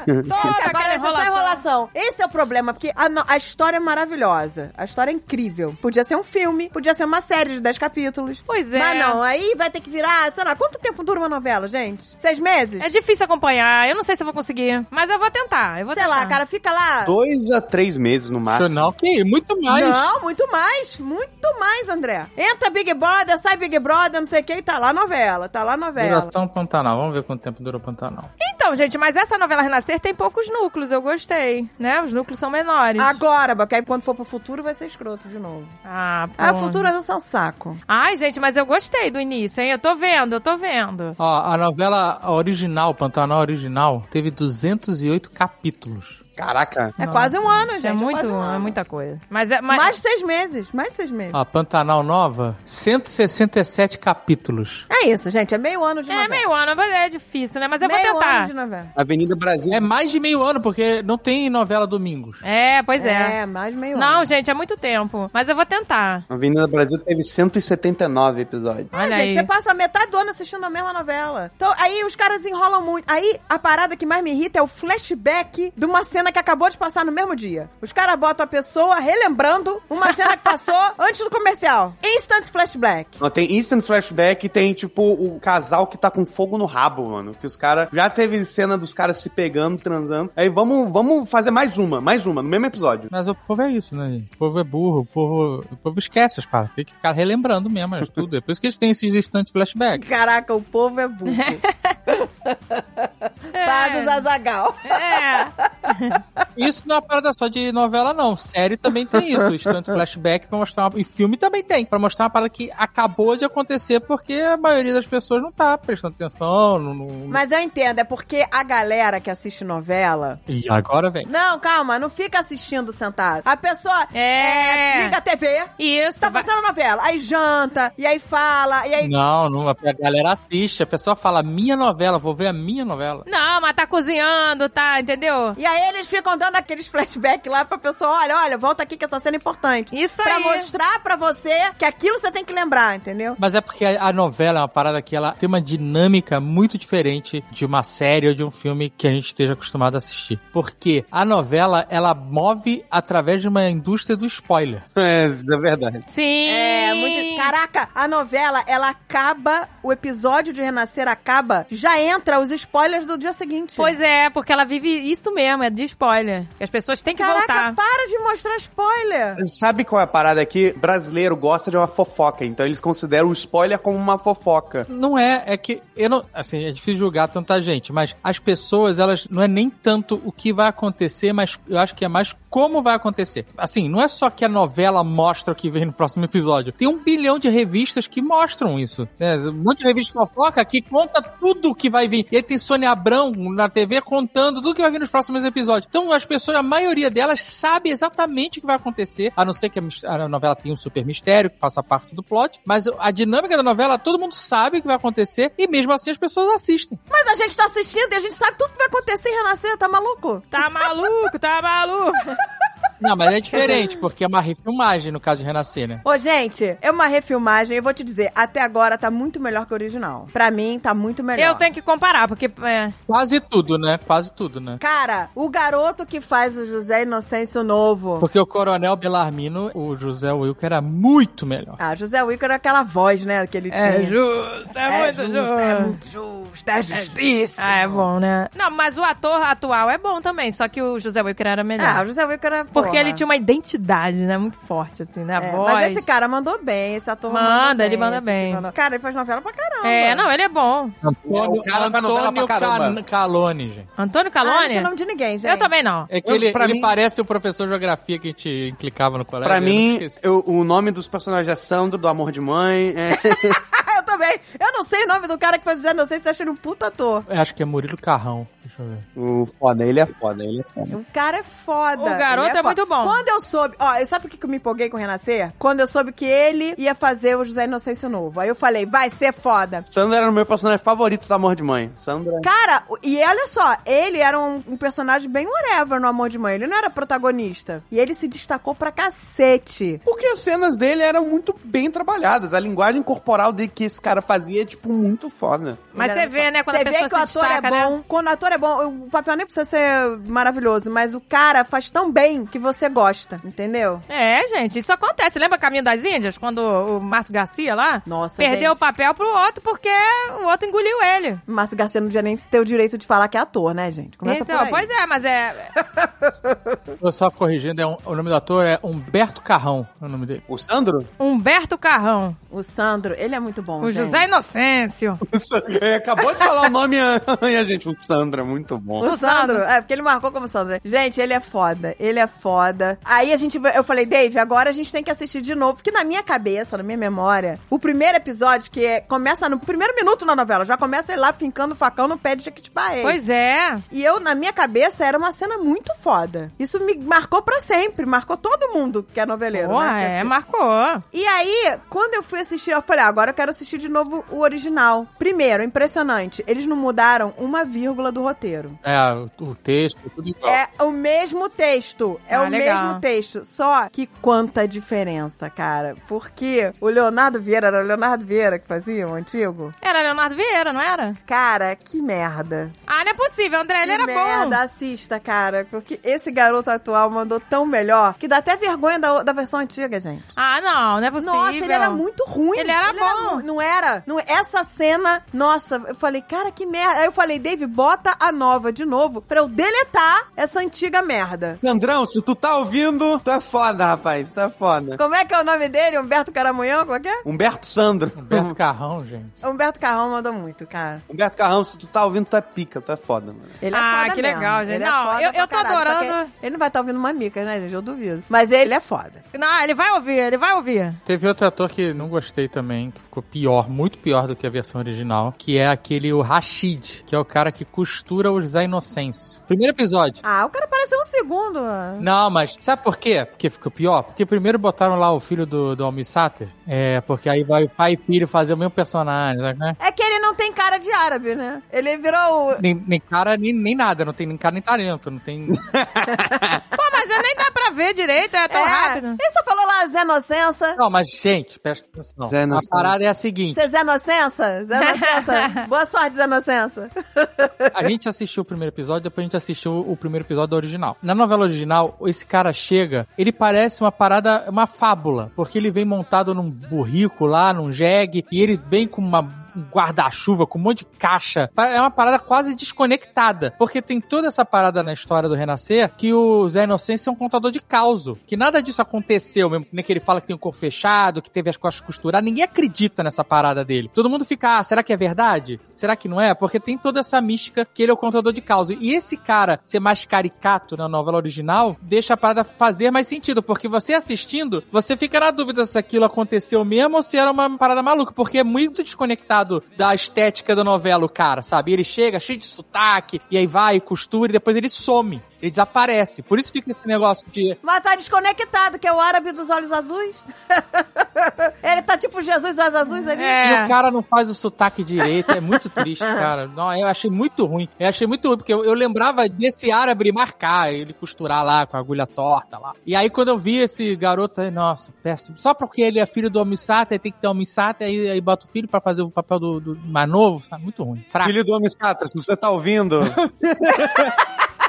[SPEAKER 1] Toda
[SPEAKER 2] Agora
[SPEAKER 1] aquela
[SPEAKER 2] é só
[SPEAKER 1] enrolação.
[SPEAKER 2] enrolação. Esse é o problema, porque a, no- a história é maravilhosa. A história é incrível. Podia ser um filme, podia ser uma série de 10 capítulos.
[SPEAKER 1] Pois é.
[SPEAKER 2] Mas não, aí vai ter que virar, sei lá, quanto tempo dura uma novela, gente? Seis meses?
[SPEAKER 1] É difícil acompanhar. Eu não sei se eu vou conseguir. Mas eu vou tentar. Eu vou
[SPEAKER 2] sei
[SPEAKER 1] tentar.
[SPEAKER 2] lá, cara, fica lá.
[SPEAKER 8] Dois a três meses no máximo.
[SPEAKER 5] Não, que muito mais.
[SPEAKER 2] Ah, Não, muito mais, muito mais, André. Entra Big Brother, sai Big Brother, não sei o que, e tá lá a novela, tá lá a novela.
[SPEAKER 5] Duração Pantanal. Vamos ver quanto tempo dura o Pantanal.
[SPEAKER 1] Então, gente, mas essa novela Renascer tem poucos núcleos. Eu gostei, né? Os núcleos são menores.
[SPEAKER 2] Agora, porque aí quando for pro futuro vai ser escroto de novo.
[SPEAKER 1] Ah,
[SPEAKER 2] Ah, o
[SPEAKER 1] pô.
[SPEAKER 2] futuro é só um saco.
[SPEAKER 1] Ai, gente, mas eu gostei do início, hein? Eu tô vendo, eu tô vendo.
[SPEAKER 5] Ó, a novela original, Pantanal original, teve 208 capítulos.
[SPEAKER 8] Caraca.
[SPEAKER 2] É quase um ano, gente.
[SPEAKER 1] É muito,
[SPEAKER 2] quase um ano.
[SPEAKER 1] é muita coisa. Mas é, mas,
[SPEAKER 2] Mais de seis meses, mais de seis meses.
[SPEAKER 5] A Pantanal nova, 167 capítulos.
[SPEAKER 2] É isso, gente. É meio ano de novela.
[SPEAKER 1] é meio ano, mas é difícil, né? Mas eu
[SPEAKER 2] Meio ano
[SPEAKER 1] vou tentar.
[SPEAKER 2] de novela.
[SPEAKER 8] Avenida Brasil.
[SPEAKER 5] É mais de meio ano, porque não tem novela domingos.
[SPEAKER 1] É, pois é.
[SPEAKER 2] É, mais meio
[SPEAKER 1] Não,
[SPEAKER 2] ano.
[SPEAKER 1] gente, é muito tempo. Mas eu vou tentar.
[SPEAKER 8] Avenida Brasil teve 179 episódios.
[SPEAKER 1] Olha
[SPEAKER 2] Ah, gente,
[SPEAKER 1] aí.
[SPEAKER 2] você passa metade do ano assistindo a mesma novela. Então, aí os caras enrolam muito. Aí, a parada que mais me irrita é o flashback de uma cena cena que acabou de passar no mesmo dia. Os caras botam a pessoa relembrando uma cena que passou antes do comercial. Instant flashback.
[SPEAKER 8] Não, tem instant flashback e tem, tipo, o casal que tá com fogo no rabo, mano. Que os caras. Já teve cena dos caras se pegando, transando. Aí vamos, vamos fazer mais uma, mais uma, no mesmo episódio.
[SPEAKER 5] Mas o povo é isso, né? gente? O povo é burro, o povo, o povo esquece as paradas. Tem que ficar relembrando mesmo é tudo. É por isso que eles têm esses instantes flashback.
[SPEAKER 2] Caraca, o povo é burro. Bases Azagal.
[SPEAKER 1] É.
[SPEAKER 5] Isso não é uma parada só de novela, não. Série também tem isso. Instante flashback pra mostrar uma... E filme também tem. Pra mostrar uma parada que acabou de acontecer porque a maioria das pessoas não tá prestando atenção. Não, não-
[SPEAKER 2] Mas eu entendo, é porque a galera que assiste novela.
[SPEAKER 5] E agora vem.
[SPEAKER 2] Não, calma, não fica assistindo sentado. A pessoa
[SPEAKER 1] É.
[SPEAKER 2] é, liga a TV,
[SPEAKER 1] Isso.
[SPEAKER 2] tá
[SPEAKER 1] vai-
[SPEAKER 2] passando novela, aí janta, e aí fala, e aí.
[SPEAKER 5] Não, não. A galera assiste. A pessoa fala, minha novela, vou ver a minha novela.
[SPEAKER 1] Não, mas tá cozinhando, tá, entendeu?
[SPEAKER 2] E aí eles ficam dando aqueles flashbacks lá pra pessoa, olha, olha, volta aqui que essa cena é importante.
[SPEAKER 1] Isso
[SPEAKER 2] pra
[SPEAKER 1] aí.
[SPEAKER 2] mostrar pra você que aquilo você tem que lembrar, entendeu?
[SPEAKER 5] Mas é porque a a novela é uma parada que ela tem uma dinâmica muito diferente de uma série ou de um filme que a gente esteja acostumado a assistir. Porque a novela, ela move através de uma indústria do spoiler.
[SPEAKER 8] É, isso é verdade.
[SPEAKER 1] Sim.
[SPEAKER 2] É, muito. Caraca, a novela, ela acaba, o episódio de Renascer acaba, já entra os spoilers do dia seguinte.
[SPEAKER 1] Pois é, porque ela vive isso mesmo, é de spoiler. Que as pessoas têm que
[SPEAKER 2] Caraca,
[SPEAKER 1] voltar.
[SPEAKER 2] para de mostrar spoiler.
[SPEAKER 8] Sabe qual é a parada aqui? Brasileiro gosta de uma fofoca, então eles consideram o spoiler como uma fofoca.
[SPEAKER 5] Não é, é que eu não, assim, é difícil julgar tanta gente, mas as pessoas, elas não é nem tanto o que vai acontecer, mas eu acho que é mais como vai acontecer. Assim, não é só que a novela mostra o que vem no próximo episódio. Tem um bilhão de revistas que mostram isso. né? Um monte de revista de fofoca que conta tudo o que vai vir. E aí tem Sônia Abrão na TV contando tudo que vai vir nos próximos episódios. Então as pessoas, a maioria delas, sabe exatamente o que vai acontecer, a não ser que a mis- a novela tenha um super mistério que faça parte do plot, mas a dinâmica da novela, todo mundo sabe o que vai acontecer e mesmo assim as pessoas assistem.
[SPEAKER 2] Mas a gente tá assistindo e a gente sabe tudo que vai acontecer em Renascer, tá maluco?
[SPEAKER 1] Tá maluco, tá maluco.
[SPEAKER 5] Não, mas é diferente, porque é uma refilmagem no caso de Renascer, né?
[SPEAKER 2] Ô, gente, é uma refilmagem, eu vou te dizer, até agora tá muito melhor que o original. Pra mim, tá muito melhor.
[SPEAKER 1] Eu tenho que comparar, porque. É,
[SPEAKER 5] Quase tudo, né? Quase tudo, né?
[SPEAKER 2] Cara, o garoto que faz o José Inocêncio Novo.
[SPEAKER 5] Porque o Coronel Belarmino, o José Wilker, era muito melhor.
[SPEAKER 2] Ah, José Wicker era aquela voz, né, que ele
[SPEAKER 1] é
[SPEAKER 2] tinha.
[SPEAKER 1] justo, é, muito justo.
[SPEAKER 2] é muito justo, é justiça.
[SPEAKER 1] Ah, é bom, né? Não, mas o ator atual é bom também, só que o José Wilker era melhor.
[SPEAKER 2] Ah, o José Wicker era
[SPEAKER 1] porque
[SPEAKER 2] porra.
[SPEAKER 1] ele tinha uma identidade, né? Muito forte, assim, né? A
[SPEAKER 2] É,
[SPEAKER 1] voz.
[SPEAKER 2] Mas esse cara mandou bem, esse ator
[SPEAKER 1] Manda,
[SPEAKER 2] mandou bem,
[SPEAKER 1] ele manda
[SPEAKER 2] esse
[SPEAKER 1] bem.
[SPEAKER 2] que mandou- Cara, ele faz novela pra caramba.
[SPEAKER 1] É, não, ele é bom.
[SPEAKER 5] Antônio,
[SPEAKER 8] O cara faz novela
[SPEAKER 5] Antônio
[SPEAKER 8] pra caramba.
[SPEAKER 5] Ca- Calone, gente.
[SPEAKER 1] Antônio
[SPEAKER 2] Ah, não
[SPEAKER 1] Calone?
[SPEAKER 2] sei o nome de ninguém, gente.
[SPEAKER 1] eu também não.
[SPEAKER 5] É que
[SPEAKER 8] Eu-
[SPEAKER 5] ele,
[SPEAKER 8] pra
[SPEAKER 5] ele
[SPEAKER 8] mim-
[SPEAKER 5] parece o professor de geografia que a gente implicava no colégio.
[SPEAKER 8] Pra
[SPEAKER 5] eu nunca
[SPEAKER 8] mim,
[SPEAKER 5] esqueci.
[SPEAKER 8] eu- o nome dos personagens é Sandro, do Amor de Mãe. É,
[SPEAKER 2] Ah, eu também. Eu não sei o nome do cara que faz o José Inocêncio, eu acho ele um puta ator.
[SPEAKER 5] Eu acho que é Murilo Carrão. Deixa eu ver.
[SPEAKER 8] o foda, ele é foda, ele é foda.
[SPEAKER 2] O cara é foda.
[SPEAKER 1] O garoto
[SPEAKER 2] Ele
[SPEAKER 1] é muito bom.
[SPEAKER 2] Quando eu soube. Ó, eu sabe por que que eu me empolguei com o Renascer? Quando eu soube que ele ia fazer o José Inocêncio Novo. Aí eu falei, vai ser foda.
[SPEAKER 8] Sandro era o meu personagem favorito do Amor de Mãe. Sandro é-
[SPEAKER 2] Cara, o- e olha só, ele era um, um personagem bem whatever no Amor de Mãe. Ele não era protagonista. E ele se destacou pra cacete.
[SPEAKER 8] Porque as cenas dele eram muito bem trabalhadas. A linguagem corporal dele que esse cara fazia é, tipo, muito foda.
[SPEAKER 1] Mas
[SPEAKER 2] Ele era
[SPEAKER 1] você vê, né, quando
[SPEAKER 2] Você
[SPEAKER 1] a pessoa
[SPEAKER 2] vê que o
[SPEAKER 1] se
[SPEAKER 2] ator
[SPEAKER 1] destaca,
[SPEAKER 2] é bom.
[SPEAKER 1] né?
[SPEAKER 2] Quando o ator é bom, o papel nem precisa ser maravilhoso, mas o cara faz tão bem que você gosta, entendeu?
[SPEAKER 1] É, gente, isso acontece. Lembra Caminho das Índias, quando o Márcio Garcia lá
[SPEAKER 2] Nossa,
[SPEAKER 1] perdeu
[SPEAKER 2] gente.
[SPEAKER 1] o papel pro outro porque o outro engoliu ele?
[SPEAKER 2] Márcio Garcia não devia nem ter o direito de falar que é ator, né, gente? Começa
[SPEAKER 1] então,
[SPEAKER 2] por aí.
[SPEAKER 1] pois é, mas é.
[SPEAKER 5] Tô só corrigindo, é um- o nome do ator é Humberto Carrão, é o nome dele.
[SPEAKER 8] O Sandro?
[SPEAKER 1] Humberto Carrão,
[SPEAKER 2] O Sandro, ele é muito bom,
[SPEAKER 1] o
[SPEAKER 2] gente.
[SPEAKER 1] José Inocêncio.
[SPEAKER 8] O Sa- Ele acabou de falar o nome e a gente, o Sandro é muito bom.
[SPEAKER 2] O Sandro, é, porque ele marcou como Sandro. Gente, ele é foda, ele é foda. Aí a gente, eu falei, Dave, agora a gente tem que assistir de novo, porque na minha cabeça, na minha memória, o primeiro episódio, que é- começa no primeiro minuto na novela, já começa ele lá fincando o facão no pé de Jequitibaé.
[SPEAKER 1] Pois é.
[SPEAKER 2] E eu, na minha cabeça, era uma cena muito foda. Isso me marcou pra sempre, marcou todo mundo que é noveleiro,
[SPEAKER 1] Porra,
[SPEAKER 2] né? Que
[SPEAKER 1] é,
[SPEAKER 2] assiste.
[SPEAKER 1] marcou.
[SPEAKER 2] E aí, quando eu fui assistir, eu falei, ah, agora eu quero assistir de de novo o original. Primeiro, impressionante, eles não mudaram uma vírgula do roteiro.
[SPEAKER 5] É, o, o texto, tudo igual.
[SPEAKER 2] É o mesmo texto. É
[SPEAKER 1] Ah,
[SPEAKER 2] o
[SPEAKER 1] legal.
[SPEAKER 2] mesmo texto. Só que quanta diferença, cara. Porque o Leonardo Vieira, era o Leonardo Vieira que fazia o antigo?
[SPEAKER 1] Era Leonardo Vieira, não era?
[SPEAKER 2] Cara, que merda.
[SPEAKER 1] Ah, não é possível, André, ele
[SPEAKER 2] que
[SPEAKER 1] era
[SPEAKER 2] merda,
[SPEAKER 1] bom.
[SPEAKER 2] assista, cara. Porque esse garoto atual mandou tão melhor que dá até vergonha da, da versão antiga, gente.
[SPEAKER 1] Ah, não, não é possível.
[SPEAKER 2] Nossa, ele era muito ruim.
[SPEAKER 1] Ele era bom.
[SPEAKER 2] mu- não era? Não, essa cena, nossa, eu falei, cara, que merda. Aí eu falei, Dave, bota a nova de novo pra eu deletar essa antiga merda.
[SPEAKER 8] Sandrão, se tu tá ouvindo, tu é foda, rapaz, tu é foda.
[SPEAKER 2] Como é que é o nome dele? Humberto Caramunhão? Como é que é?
[SPEAKER 8] Humberto Sandro.
[SPEAKER 5] Humberto Carrão, gente.
[SPEAKER 2] Humberto Carrão mandou muito, cara.
[SPEAKER 8] Humberto Carrão, se tu tá ouvindo, tu é pica, tu é foda, mano.
[SPEAKER 2] Ele é
[SPEAKER 1] Ah,
[SPEAKER 2] foda
[SPEAKER 1] que
[SPEAKER 2] mesmo.
[SPEAKER 1] legal, gente.
[SPEAKER 2] Ele
[SPEAKER 1] Não,
[SPEAKER 2] é foda
[SPEAKER 1] eu-
[SPEAKER 2] pra
[SPEAKER 1] eu tô
[SPEAKER 2] caralho, só
[SPEAKER 1] adorando.
[SPEAKER 2] que Ele não vai estar ouvindo uma mica, né, gente? Eu duvido. Mas ele é foda.
[SPEAKER 1] Não, ele vai ouvir, ele vai ouvir.
[SPEAKER 5] Teve outro ator que não gostei também, que ficou pior, muito pior do que a versão original, que é aquele o Rashid, que é o cara que costura os Zé Inocêncio. Primeiro episódio.
[SPEAKER 2] Ah, o cara parece um segundo. ó.
[SPEAKER 5] Não, mas sabe por quê? Porque ficou pior? Porque primeiro botaram lá o filho do, do Almir Sater. É, porque aí vai o pai e filho fazer o mesmo personagem, né?
[SPEAKER 2] É que ele não tem cara de árabe, né? Ele virou o...
[SPEAKER 5] Nem, nem cara, nem, nem nada. Não tem nem cara, nem talento. Não tem...
[SPEAKER 1] Pô, Ah, mas eu nem dá pra ver direito, é tão
[SPEAKER 2] É,
[SPEAKER 1] rápido.
[SPEAKER 2] Ele só falou lá Zé Nocença.
[SPEAKER 5] Não, mas, gente, presta atenção.
[SPEAKER 8] Zé
[SPEAKER 5] a
[SPEAKER 8] Inocêncio.
[SPEAKER 5] parada é a seguinte.
[SPEAKER 2] Você é Zé Nocença? Zé Nocença. Boa sorte, Zé Nocença.
[SPEAKER 5] A gente assistiu o primeiro episódio, depois a gente assistiu o primeiro episódio da original. Na novela original, esse cara chega, ele parece uma parada, uma fábula, porque ele vem montado num burrico lá, num jegue, e ele vem com uma um guarda-chuva com um monte de caixa. Pa- É uma parada quase desconectada. Porque tem toda essa parada na história do Renascer que o Zé Inocêncio é um contador de causo. Que nada disso aconteceu mesmo. Nem que ele fala que tem o corpo fechado, que teve as costas costuradas. Ninguém acredita nessa parada dele. Todo mundo fica, ah, será que é verdade? Será que não é? Porque tem toda essa mística que ele é o contador de causa. E esse cara ser mais caricato na novela original deixa a parada fazer mais sentido. Porque você assistindo, você fica na dúvida se aquilo aconteceu mesmo ou se era uma parada maluca. Porque é muito desconectado da estética da novela, o cara, sabe? Ele chega cheio de sotaque, e aí vai, costura, e depois ele some. Ele desaparece. Por isso fica esse negócio de.
[SPEAKER 2] Mas tá desconectado, que é o árabe dos olhos azuis. ele tá tipo Jesus dos olhos azuis ali.
[SPEAKER 5] E o
[SPEAKER 1] É.
[SPEAKER 5] cara não faz o sotaque direito, é muito triste, cara. Não, eu achei muito ruim. Eu achei muito ruim, porque eu, eu lembrava desse árabe marcar, ele costurar lá com a agulha torta lá. E aí quando eu vi esse garoto, aí, nossa, péssimo. Só porque ele é filho do Omissata, aí tem que ter Omissata, aí, aí bota o filho pra fazer o papel do, do mais novo, sabe? Muito ruim. Fraco.
[SPEAKER 8] Filho do homem Satra, se você tá ouvindo,
[SPEAKER 1] Ô,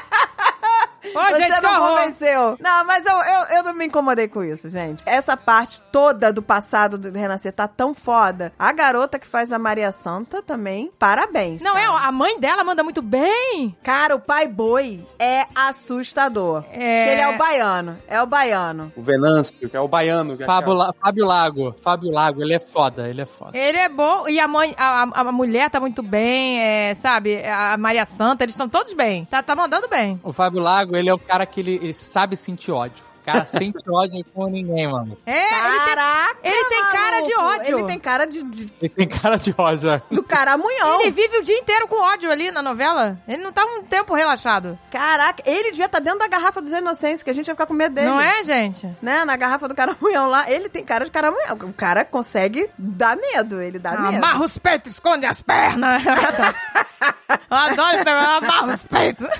[SPEAKER 2] Você
[SPEAKER 1] Ah, gente, que
[SPEAKER 2] não
[SPEAKER 1] horror.
[SPEAKER 2] convenceu. Não, mas eu, eu, eu não me incomodei com isso, gente. Essa parte toda do passado do Renascer tá tão foda. A garota que faz a Maria Santa também, parabéns.
[SPEAKER 1] Não, é,
[SPEAKER 2] cara.
[SPEAKER 1] a mãe dela manda muito bem.
[SPEAKER 2] Cara, o pai boi é assustador.
[SPEAKER 1] É.
[SPEAKER 2] Porque Ele é o baiano. É o baiano.
[SPEAKER 8] o Venâncio, que é o baiano. Que é
[SPEAKER 5] Fábio, La- Fábio Lago. Fábio Lago, ele é foda, ele é foda.
[SPEAKER 1] Ele é bom e a mãe, a, a- a mulher tá muito bem, é, sabe? A Maria Santa, eles estão todos bem. Tá, tá mandando bem.
[SPEAKER 5] O Fábio Lago, ele é o cara que ele, ele sabe sentir ódio. O cara sente ódio com ninguém, mano.
[SPEAKER 1] É, ele tem,
[SPEAKER 2] Caraca!
[SPEAKER 1] ele tem cara de
[SPEAKER 2] maluco.
[SPEAKER 1] ódio.
[SPEAKER 2] Ele tem cara de, de-
[SPEAKER 5] Ele tem cara de ódio, é.
[SPEAKER 2] do caramunhão.
[SPEAKER 1] ele vive o dia inteiro com ódio ali na novela. Ele não tá um tempo relaxado.
[SPEAKER 2] Caraca, ele devia estar dentro da garrafa dos inocentes, que a gente ia ficar com medo dele.
[SPEAKER 1] Não é, gente?
[SPEAKER 2] Né? Na garrafa do caramunhão lá, ele tem cara de caramunhão. O cara consegue dar medo, ele dá medo.
[SPEAKER 1] Amarra os peitos, esconde as pernas. Eu adoro esse negócio, amarra os peitos.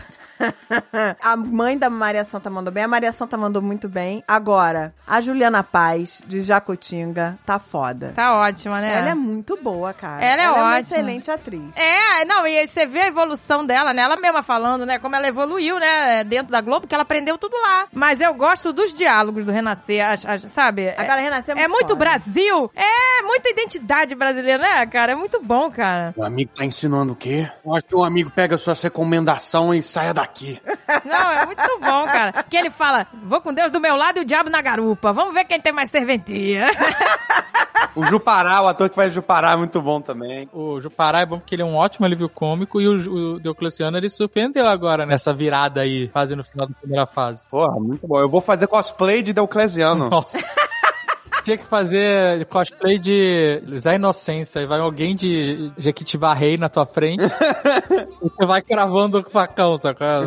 [SPEAKER 2] A mãe da Maria Santa mandou bem, a Maria Santa mandou muito bem. Agora, a Juliana Paz, de Jacutinga, tá foda.
[SPEAKER 1] Tá ótima, né?
[SPEAKER 2] Ela é muito boa, cara.
[SPEAKER 1] Ela é
[SPEAKER 2] uma
[SPEAKER 1] ótima.
[SPEAKER 2] excelente atriz.
[SPEAKER 1] É, não, e aí você vê a evolução dela, né? Ela mesma falando, né? Como ela evoluiu, né? Dentro da Globo, que ela aprendeu tudo lá. Mas eu gosto dos diálogos do Renascer, as- as- sabe?
[SPEAKER 2] A cara renasceu
[SPEAKER 1] é muito
[SPEAKER 2] foda.
[SPEAKER 1] Brasil, é muita identidade brasileira, né, cara? É muito bom, cara.
[SPEAKER 3] O amigo tá ensinando o quê? Eu acho que um amigo pega suas recomendações e saia daqui.
[SPEAKER 1] Não, é muito bom, cara. Que ele fala, vou com Deus do meu lado e o diabo na garupa. Vamos ver quem tem mais serventia.
[SPEAKER 8] O Jupará, o ator que faz Jupará, é muito bom também.
[SPEAKER 5] O Jupará é bom porque ele é um ótimo alívio cômico e o, o Diocleciano ele surpreendeu agora nessa virada aí, fazendo no final da primeira fase.
[SPEAKER 8] Porra, muito bom. Eu vou fazer cosplay de Deuclesiano.
[SPEAKER 5] Nossa. Tinha que fazer cosplay de Zé Inocência e vai alguém de Jequitibarrei na tua frente e você vai cravando o facão, saca?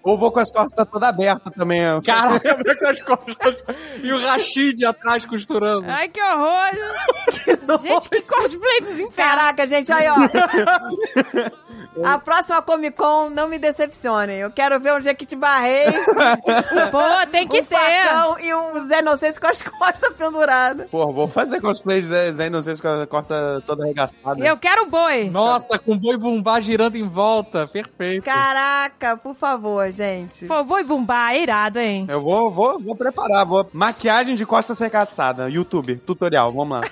[SPEAKER 8] Ou vou com as costas toda aberta também. ó.
[SPEAKER 5] Caraca, como é que as costas. E o Rashid atrás
[SPEAKER 2] É.
[SPEAKER 5] costurando.
[SPEAKER 1] Ai, que horror! gente, que cosplay dos infernos!
[SPEAKER 2] Caraca, gente, aí, ó. A próxima Comic Con, não me decepcionem. Eu quero ver um Jequitibarrei,
[SPEAKER 1] Pô, tem que
[SPEAKER 2] um
[SPEAKER 1] ter!
[SPEAKER 2] facão e um Zé Inocêncio com as costas penduradas.
[SPEAKER 8] Pporra, vou fazer cosplay de Zé- Zé Inocêncio com a costa toda arregaçada.
[SPEAKER 1] E eu quero o boi!
[SPEAKER 5] Nossa, com o boi bumbá girando em volta. Perfeito.
[SPEAKER 2] Caraca, por favor, gente.
[SPEAKER 1] Pô, o boi bumbá, é irado, hein?
[SPEAKER 8] Eu vou, vou, vou preparar, vou. Maquiagem de costas arregaçada. YouTube, tutorial, vamos lá.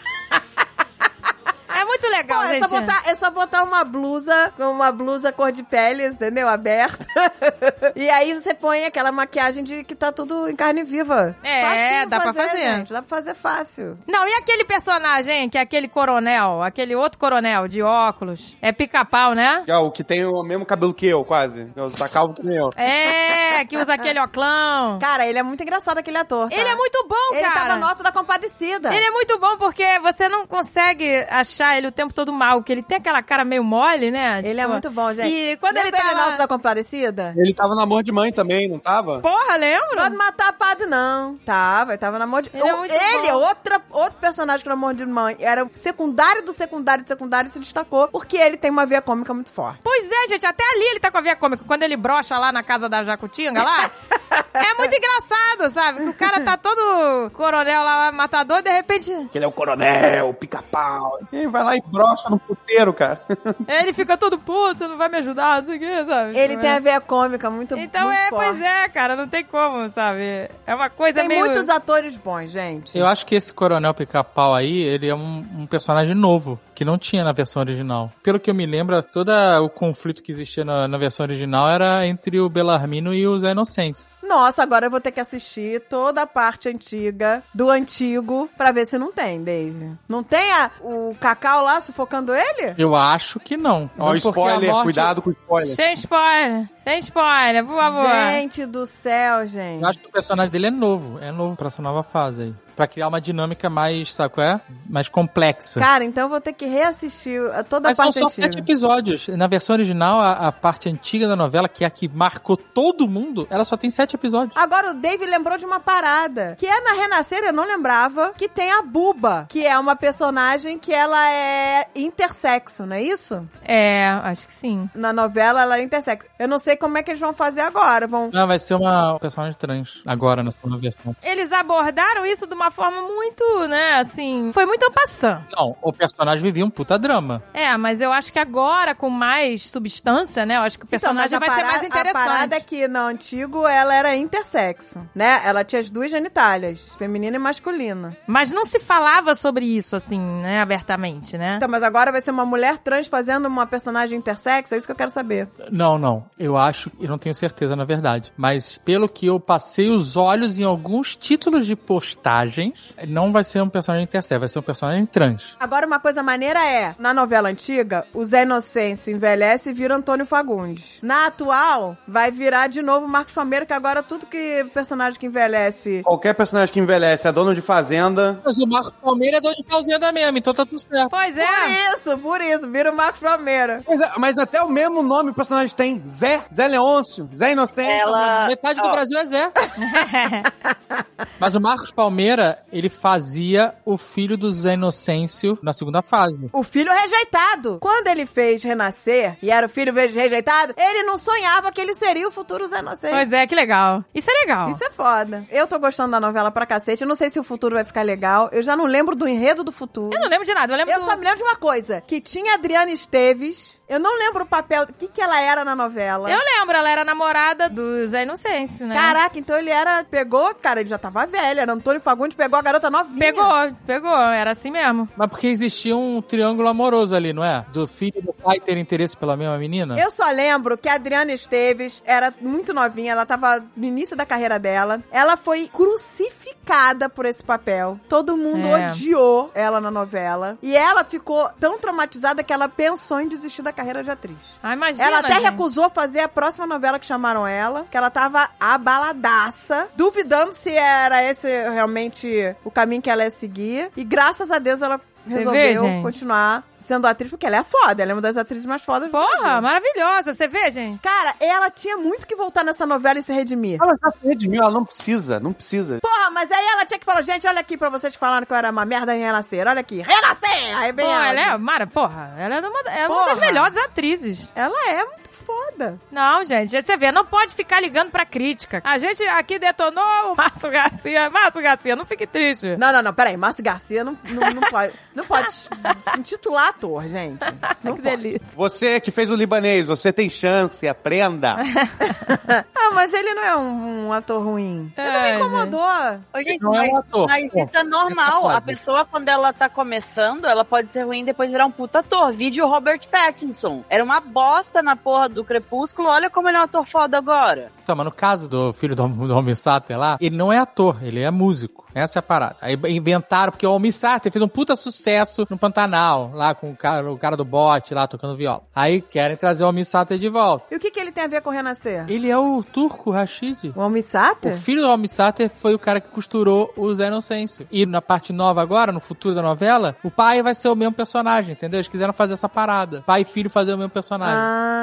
[SPEAKER 1] É muito legal,
[SPEAKER 2] Pô, é,
[SPEAKER 1] gente.
[SPEAKER 2] só botar, é só botar uma blusa, uma blusa cor de pele, entendeu? Aberta. e aí você põe aquela maquiagem de que tá tudo em carne viva.
[SPEAKER 1] É, dá pra fazer.
[SPEAKER 2] Gente, dá pra fazer fácil.
[SPEAKER 1] Não, e aquele personagem que é aquele coronel, aquele outro coronel de óculos? É pica-pau, né?
[SPEAKER 8] É o que tem o mesmo cabelo que eu, quase. Eu tá calvo que nem eu.
[SPEAKER 1] É, que usa aquele oclão.
[SPEAKER 2] Cara, ele é muito engraçado, aquele ator. tá?
[SPEAKER 1] Ele é muito bom,
[SPEAKER 2] Ele
[SPEAKER 1] cara.
[SPEAKER 2] tava no alto da compadecida.
[SPEAKER 1] Ele é muito bom porque você não consegue achar ele o tempo todo mal, que ele tem aquela cara meio mole, né?
[SPEAKER 2] Ele é
[SPEAKER 1] Tipo,
[SPEAKER 2] muito bom, gente.
[SPEAKER 1] E quando
[SPEAKER 2] Lembra
[SPEAKER 1] ele tá
[SPEAKER 2] ele no
[SPEAKER 1] lá...
[SPEAKER 2] alto da compadecida?
[SPEAKER 8] Ele tava no amor de mãe também, não tava?
[SPEAKER 1] Porra, lembra?
[SPEAKER 2] Pode matar a padre, não. Tava, ele tava na mão de.
[SPEAKER 1] Ele é
[SPEAKER 2] O-
[SPEAKER 1] muito
[SPEAKER 2] ele,
[SPEAKER 1] bom.
[SPEAKER 2] outra, outro personagem que era mão de mãe, era o secundário do secundário do secundário e se destacou porque ele tem uma veia cômica muito forte.
[SPEAKER 1] Pois é, gente, até ali ele tá com a via cômica. Quando ele brocha lá na casa da Jacutinga, lá, é muito engraçado, sabe? Que o cara tá todo coronel lá, matador, e de repente
[SPEAKER 3] Que ele é o coronel, pica-pau.
[SPEAKER 8] Ele vai lá e brocha no puteiro, cara.
[SPEAKER 1] ele fica todo puto, você não vai me ajudar, não sei o que, sabe?
[SPEAKER 2] Ele
[SPEAKER 1] Tipo,
[SPEAKER 2] tem
[SPEAKER 1] é.
[SPEAKER 2] a veia cômica muito
[SPEAKER 1] Então
[SPEAKER 2] muito
[SPEAKER 1] é,
[SPEAKER 2] forte.
[SPEAKER 1] pois é, cara, não tem como, sabe? É uma coisa
[SPEAKER 2] Tem
[SPEAKER 1] meio...
[SPEAKER 2] muitos atores bons, gente.
[SPEAKER 5] Eu acho que esse Coronel Pica-Pau aí, ele é um, um personagem novo, que não tinha na versão original. Pelo que eu me lembro, todo o conflito que existia na, na versão original era entre o Belarmino e o Zé Inocêncio.
[SPEAKER 2] Nossa, agora eu vou ter que assistir toda a parte antiga do antigo pra ver se não tem, Dave. Não tem a- o Cacau lá sufocando ele?
[SPEAKER 5] Eu acho que não.
[SPEAKER 8] Ó,
[SPEAKER 5] Não, porque a
[SPEAKER 8] spoiler,
[SPEAKER 5] morte-
[SPEAKER 8] cuidado com o spoiler.
[SPEAKER 1] Sem spoiler, sem spoiler, por favor.
[SPEAKER 2] Gente do céu, gente.
[SPEAKER 5] Eu acho que o personagem dele é novo, é novo pra essa nova fase aí. Pra criar uma dinâmica mais, sabe qual é? Mais complexa.
[SPEAKER 2] Cara, então eu vou ter que reassistir a- toda a
[SPEAKER 5] Mas são
[SPEAKER 2] parte é
[SPEAKER 5] só
[SPEAKER 2] antiga.
[SPEAKER 5] sete episódios. Na versão original, a, a parte antiga da novela, que é a que marcou todo mundo, ela só tem sete episódios.
[SPEAKER 2] Agora o Dave lembrou de uma parada, que é na Renascer, eu não lembrava, que tem a Buba, que é uma personagem que ela é intersexo, não é isso?
[SPEAKER 1] É, acho que sim.
[SPEAKER 2] Na novela ela é intersexo. Eu não sei como é que eles vão fazer agora, vão...
[SPEAKER 5] Não, vai ser uma personagem trans agora na segunda versão.
[SPEAKER 1] Eles abordaram isso de uma forma muito, né, assim... Foi muito passando.
[SPEAKER 5] Não, o personagem vivia um puta drama.
[SPEAKER 1] É, mas eu acho que agora, com mais substância, né? Eu acho que o personagem
[SPEAKER 2] Então, mas
[SPEAKER 1] vai
[SPEAKER 2] a
[SPEAKER 1] ser mais
[SPEAKER 2] parada- A parada é
[SPEAKER 1] interessante.
[SPEAKER 2] que no antigo ela era intersexo, né? Ela tinha as duas genitálias, feminina e masculina.
[SPEAKER 1] Mas não se falava sobre isso, assim, né, abertamente, né?
[SPEAKER 2] Então, mas agora vai ser uma mulher trans fazendo uma personagem intersexo? É isso que eu quero saber.
[SPEAKER 5] Não, não. Eu acho, eu não tenho certeza, na verdade. Mas pelo que eu passei os olhos em alguns títulos de postagens, não vai ser um personagem intersexo, vai ser um personagem trans.
[SPEAKER 2] Agora, uma coisa maneira é, na novela antiga, o Zé Inocêncio envelhece e vira Antônio Fagundes. Na atual, vai virar de novo o Marcos Palmeiro, que agora tudo que personagem que envelhece...
[SPEAKER 8] Qualquer personagem que envelhece é dono de fazenda.
[SPEAKER 5] Mas o Marcos Palmeira é dono de fazenda mesmo, então tá tudo certo.
[SPEAKER 1] Pois
[SPEAKER 2] Por
[SPEAKER 1] é.
[SPEAKER 2] isso, por isso, vira o Marcos Palmeiro.
[SPEAKER 8] Mas, é- mas até o mesmo nome o personagem tem. Zé, Zé Leôncio, Zé Inocêncio.
[SPEAKER 4] Ela.
[SPEAKER 5] Metade do
[SPEAKER 4] Ah, ó,
[SPEAKER 5] Brasil é Zé. Mas o Marcos Palmeira, ele fazia o filho do Zé Inocêncio na segunda fase.
[SPEAKER 2] O filho rejeitado. Quando ele fez Renascer, e era o filho rejeitado, ele não sonhava que ele seria o futuro Zé Inocêncio.
[SPEAKER 1] Pois é, que legal. Isso é legal.
[SPEAKER 2] Isso é foda. Eu tô gostando da novela pra cacete. Eu não sei se o futuro vai ficar legal. Eu já não lembro do enredo do futuro.
[SPEAKER 1] Eu não lembro de nada, eu lembro
[SPEAKER 2] é Eu
[SPEAKER 1] do...
[SPEAKER 2] só me lembro de uma coisa, que tinha a Adriana Esteves, eu não lembro o papel, o que que ela era na novela.
[SPEAKER 1] Eu lembro, ela era namorada do Zé Inocêncio, né?
[SPEAKER 2] Caraca, então ele era, pegou, cara, ele já tava velho, era Antônio Fagundes, pegou a garota novinha.
[SPEAKER 1] Pegou, pegou, era assim mesmo.
[SPEAKER 5] Mas porque existia um triângulo amoroso ali, não é? Do filho do pai ter interesse pela mesma menina?
[SPEAKER 2] Eu só lembro que a Adriana Esteves era muito novinha, ela tava no início da carreira dela. Ela foi crucificada por esse papel. Todo mundo
[SPEAKER 1] É.
[SPEAKER 2] odiou ela na novela. E ela ficou tão traumatizada que ela pensou em desistir da carreira de atriz.
[SPEAKER 1] Ah, imagina,
[SPEAKER 2] Ela até
[SPEAKER 1] gente.
[SPEAKER 2] recusou fazer a próxima novela que chamaram ela, que ela tava abaladaça, duvidando se era esse realmente o caminho que ela ia seguir. E graças a Deus ela
[SPEAKER 1] vê,
[SPEAKER 2] resolveu
[SPEAKER 1] gente?
[SPEAKER 2] continuar sendo atriz, porque ela é foda, ela é uma das atrizes mais fodas. do
[SPEAKER 1] Porra,
[SPEAKER 2] Brasil.
[SPEAKER 1] maravilhosa. Você vê, gente?
[SPEAKER 2] Cara, ela tinha muito que voltar nessa novela e se redimir.
[SPEAKER 8] Ela já se redimiu, ela não precisa, não precisa.
[SPEAKER 2] Porra, mas aí ela tinha que falar, gente, olha aqui pra vocês que falaram que eu era uma merda em renascer. Olha aqui, renascer! Aí bem
[SPEAKER 1] Pô,
[SPEAKER 2] ela.
[SPEAKER 1] ela é, Mara, porra, ela é uma, é uma
[SPEAKER 2] Porra.
[SPEAKER 1] das melhores atrizes.
[SPEAKER 2] Ela é muito foda.
[SPEAKER 1] Não, gente, você vê, não pode ficar ligando pra crítica. A gente aqui detonou o Márcio Garcia. Márcio Garcia, não fique triste.
[SPEAKER 2] Não, não, não, peraí, Márcio Garcia não, não, não pode, não pode se se intitular ator, gente. Não
[SPEAKER 1] que
[SPEAKER 2] pode.
[SPEAKER 1] delícia.
[SPEAKER 8] Você que fez o libanês, você tem chance, aprenda.
[SPEAKER 2] Ah, mas ele não é um, um ator ruim. Ele não me
[SPEAKER 1] Ai, né?
[SPEAKER 2] incomodou.
[SPEAKER 4] Ô, gente,
[SPEAKER 5] Não é
[SPEAKER 4] mas,
[SPEAKER 5] um ator,
[SPEAKER 4] mas
[SPEAKER 5] pô.
[SPEAKER 4] isso é normal.
[SPEAKER 5] Foda.
[SPEAKER 4] A pessoa, quando ela tá começando, ela pode ser ruim e depois virar um puta ator. Vídeo Robert Pattinson. Era uma bosta na porra do Crepúsculo. Olha como ele é um ator foda agora.
[SPEAKER 5] Então, mas no caso do filho do, do Almir Sater lá, ele não é ator, ele é músico. Essa é a parada. Aí inventaram, porque o Almir Sater fez um puta sucesso no Pantanal, lá com o cara, o cara do bote lá tocando viola. Aí querem trazer o Almir Sater de volta.
[SPEAKER 2] E o que, que ele tem a ver com renascer?
[SPEAKER 5] Ele é o turco Rashid.
[SPEAKER 2] O Almi
[SPEAKER 5] O
[SPEAKER 2] Sater?
[SPEAKER 5] filho do Almir Sater foi o cara que costurou o Zé Inocêncio. E na parte nova agora, no futuro da novela, o pai vai ser o mesmo personagem, entendeu? Eles quiseram fazer essa parada. Pai e filho fazer o mesmo personagem.
[SPEAKER 4] Ah.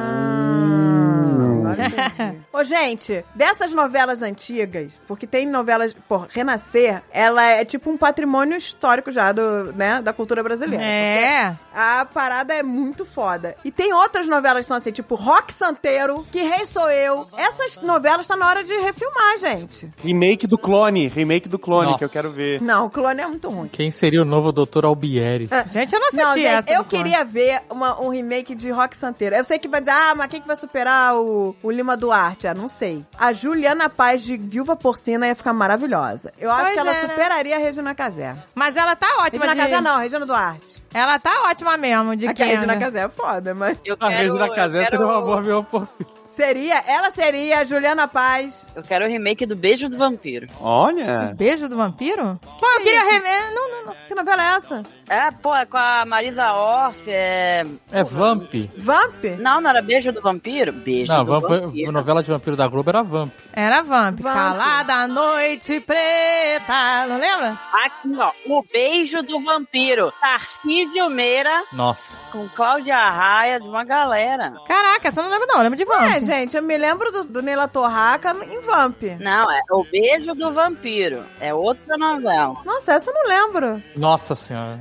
[SPEAKER 2] Ah, agora entendi. Ô, gente, dessas novelas antigas, porque tem novelas, pô, Renascer, ela é tipo um patrimônio histórico já do, né, da cultura brasileira.
[SPEAKER 1] É.
[SPEAKER 2] A parada é muito foda. E tem outras novelas que são assim, tipo Rock Santeiro, Que Rei Sou Eu. Essas novelas tá na hora de refilmar, gente.
[SPEAKER 8] Remake do clone, remake do clone
[SPEAKER 5] Nossa.
[SPEAKER 8] que eu quero ver.
[SPEAKER 2] Não, o clone é muito ruim.
[SPEAKER 5] Quem seria o novo Dr. Albieri?
[SPEAKER 1] Gente, eu não assisti
[SPEAKER 2] Não, gente,
[SPEAKER 1] essa.
[SPEAKER 2] eu
[SPEAKER 1] do Clone.
[SPEAKER 2] queria ver uma- um remake de Rock Santeiro. Eu sei que vai dizer, ah, mas quem que vai superar o, o Lima Duarte? Ah, não sei. A Juliana Paz de Viúva Porcina ia ficar maravilhosa. Eu acho
[SPEAKER 1] Pois
[SPEAKER 2] que ela
[SPEAKER 1] é, né?
[SPEAKER 2] superaria a Regina Casé.
[SPEAKER 1] Mas ela tá ótima
[SPEAKER 2] Regina
[SPEAKER 1] de...
[SPEAKER 2] Casé não, Regina Duarte.
[SPEAKER 1] Ela tá ótima mesmo de
[SPEAKER 2] Aqui, a
[SPEAKER 1] Kena.
[SPEAKER 2] Regina Casé é foda, mas...
[SPEAKER 4] Eu
[SPEAKER 5] A
[SPEAKER 4] quero,
[SPEAKER 5] rede da
[SPEAKER 4] eu
[SPEAKER 5] Casé
[SPEAKER 4] quero,
[SPEAKER 5] seria uma boa mesmo por si.
[SPEAKER 2] Seria, ela seria a Juliana Paz.
[SPEAKER 4] Eu quero o remake do Beijo do Vampiro.
[SPEAKER 8] Olha.
[SPEAKER 1] Beijo do vampiro? Pô, eu queria rever... Não, não, não.
[SPEAKER 2] Que novela é essa?
[SPEAKER 4] É, pô, é com a Marisa Orff. É...
[SPEAKER 5] É Vamp.
[SPEAKER 2] Vamp?
[SPEAKER 4] Não, não era Beijo do Vampiro? Beijo
[SPEAKER 5] Não,
[SPEAKER 4] do é.
[SPEAKER 5] Vamp,
[SPEAKER 4] Vampiro.
[SPEAKER 5] a novela de vampiro da Globo era Vamp.
[SPEAKER 1] Era Vamp.
[SPEAKER 2] Vamp.
[SPEAKER 1] Calada a noite preta. Não lembra?
[SPEAKER 4] Aqui, ó. O Beijo do Vampiro. Tarcísio Meira
[SPEAKER 5] Nossa.
[SPEAKER 4] com Cláudia Arraia, de uma galera.
[SPEAKER 1] Caraca, você não lembra não. Eu lembro de Vamp.
[SPEAKER 2] É, gente, eu me lembro do, do Neila Torraca em Vamp.
[SPEAKER 4] Não, é O Beijo do Vampiro. É outra novela.
[SPEAKER 2] Nossa, essa eu não lembro.
[SPEAKER 5] Nossa senhora.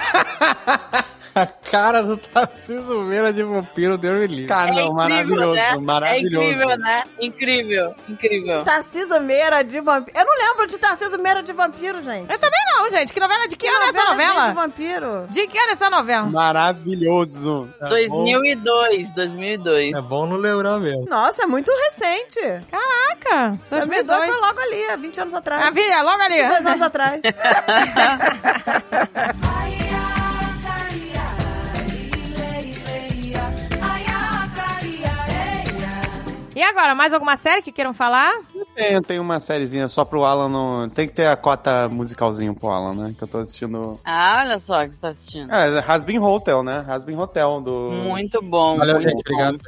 [SPEAKER 5] a cara do Tarcísio Meira de vampiro, Deus me livre.
[SPEAKER 8] Cara,
[SPEAKER 4] é incrível,
[SPEAKER 8] maravilhoso,
[SPEAKER 4] né?
[SPEAKER 8] maravilhoso.
[SPEAKER 4] É incrível, né? Incrível, incrível.
[SPEAKER 5] Tá
[SPEAKER 2] Tarciso Meira de Vampiro. Eu não lembro de Tarciso Meira de Vampiro, gente.
[SPEAKER 1] Eu também não, gente. Que novela de que ano é essa
[SPEAKER 2] de
[SPEAKER 1] novela?
[SPEAKER 2] vampiro.
[SPEAKER 1] De que ano é essa novela?
[SPEAKER 8] Maravilhoso.
[SPEAKER 4] 2002, 2002.
[SPEAKER 5] É bom não lembrar mesmo.
[SPEAKER 2] Nossa, é muito recente.
[SPEAKER 1] Caraca,
[SPEAKER 2] 2002
[SPEAKER 1] 2002.
[SPEAKER 2] foi logo ali, há 20 anos atrás.
[SPEAKER 1] É A vida, logo ali.
[SPEAKER 2] 22 anos atrás.
[SPEAKER 1] E agora, mais alguma série que queiram falar?
[SPEAKER 8] É, Tem, tem uma sériezinha só pro Alan. Não... Tem que ter a cota musicalzinho pro Alan, né? Que eu tô assistindo.
[SPEAKER 4] Ah, olha só o que você tá assistindo.
[SPEAKER 8] É, Hasbin Hotel, né? Hasbin Hotel do.
[SPEAKER 4] Muito bom.
[SPEAKER 5] Valeu,
[SPEAKER 4] muito
[SPEAKER 5] gente.
[SPEAKER 4] bom.
[SPEAKER 5] Obrigado.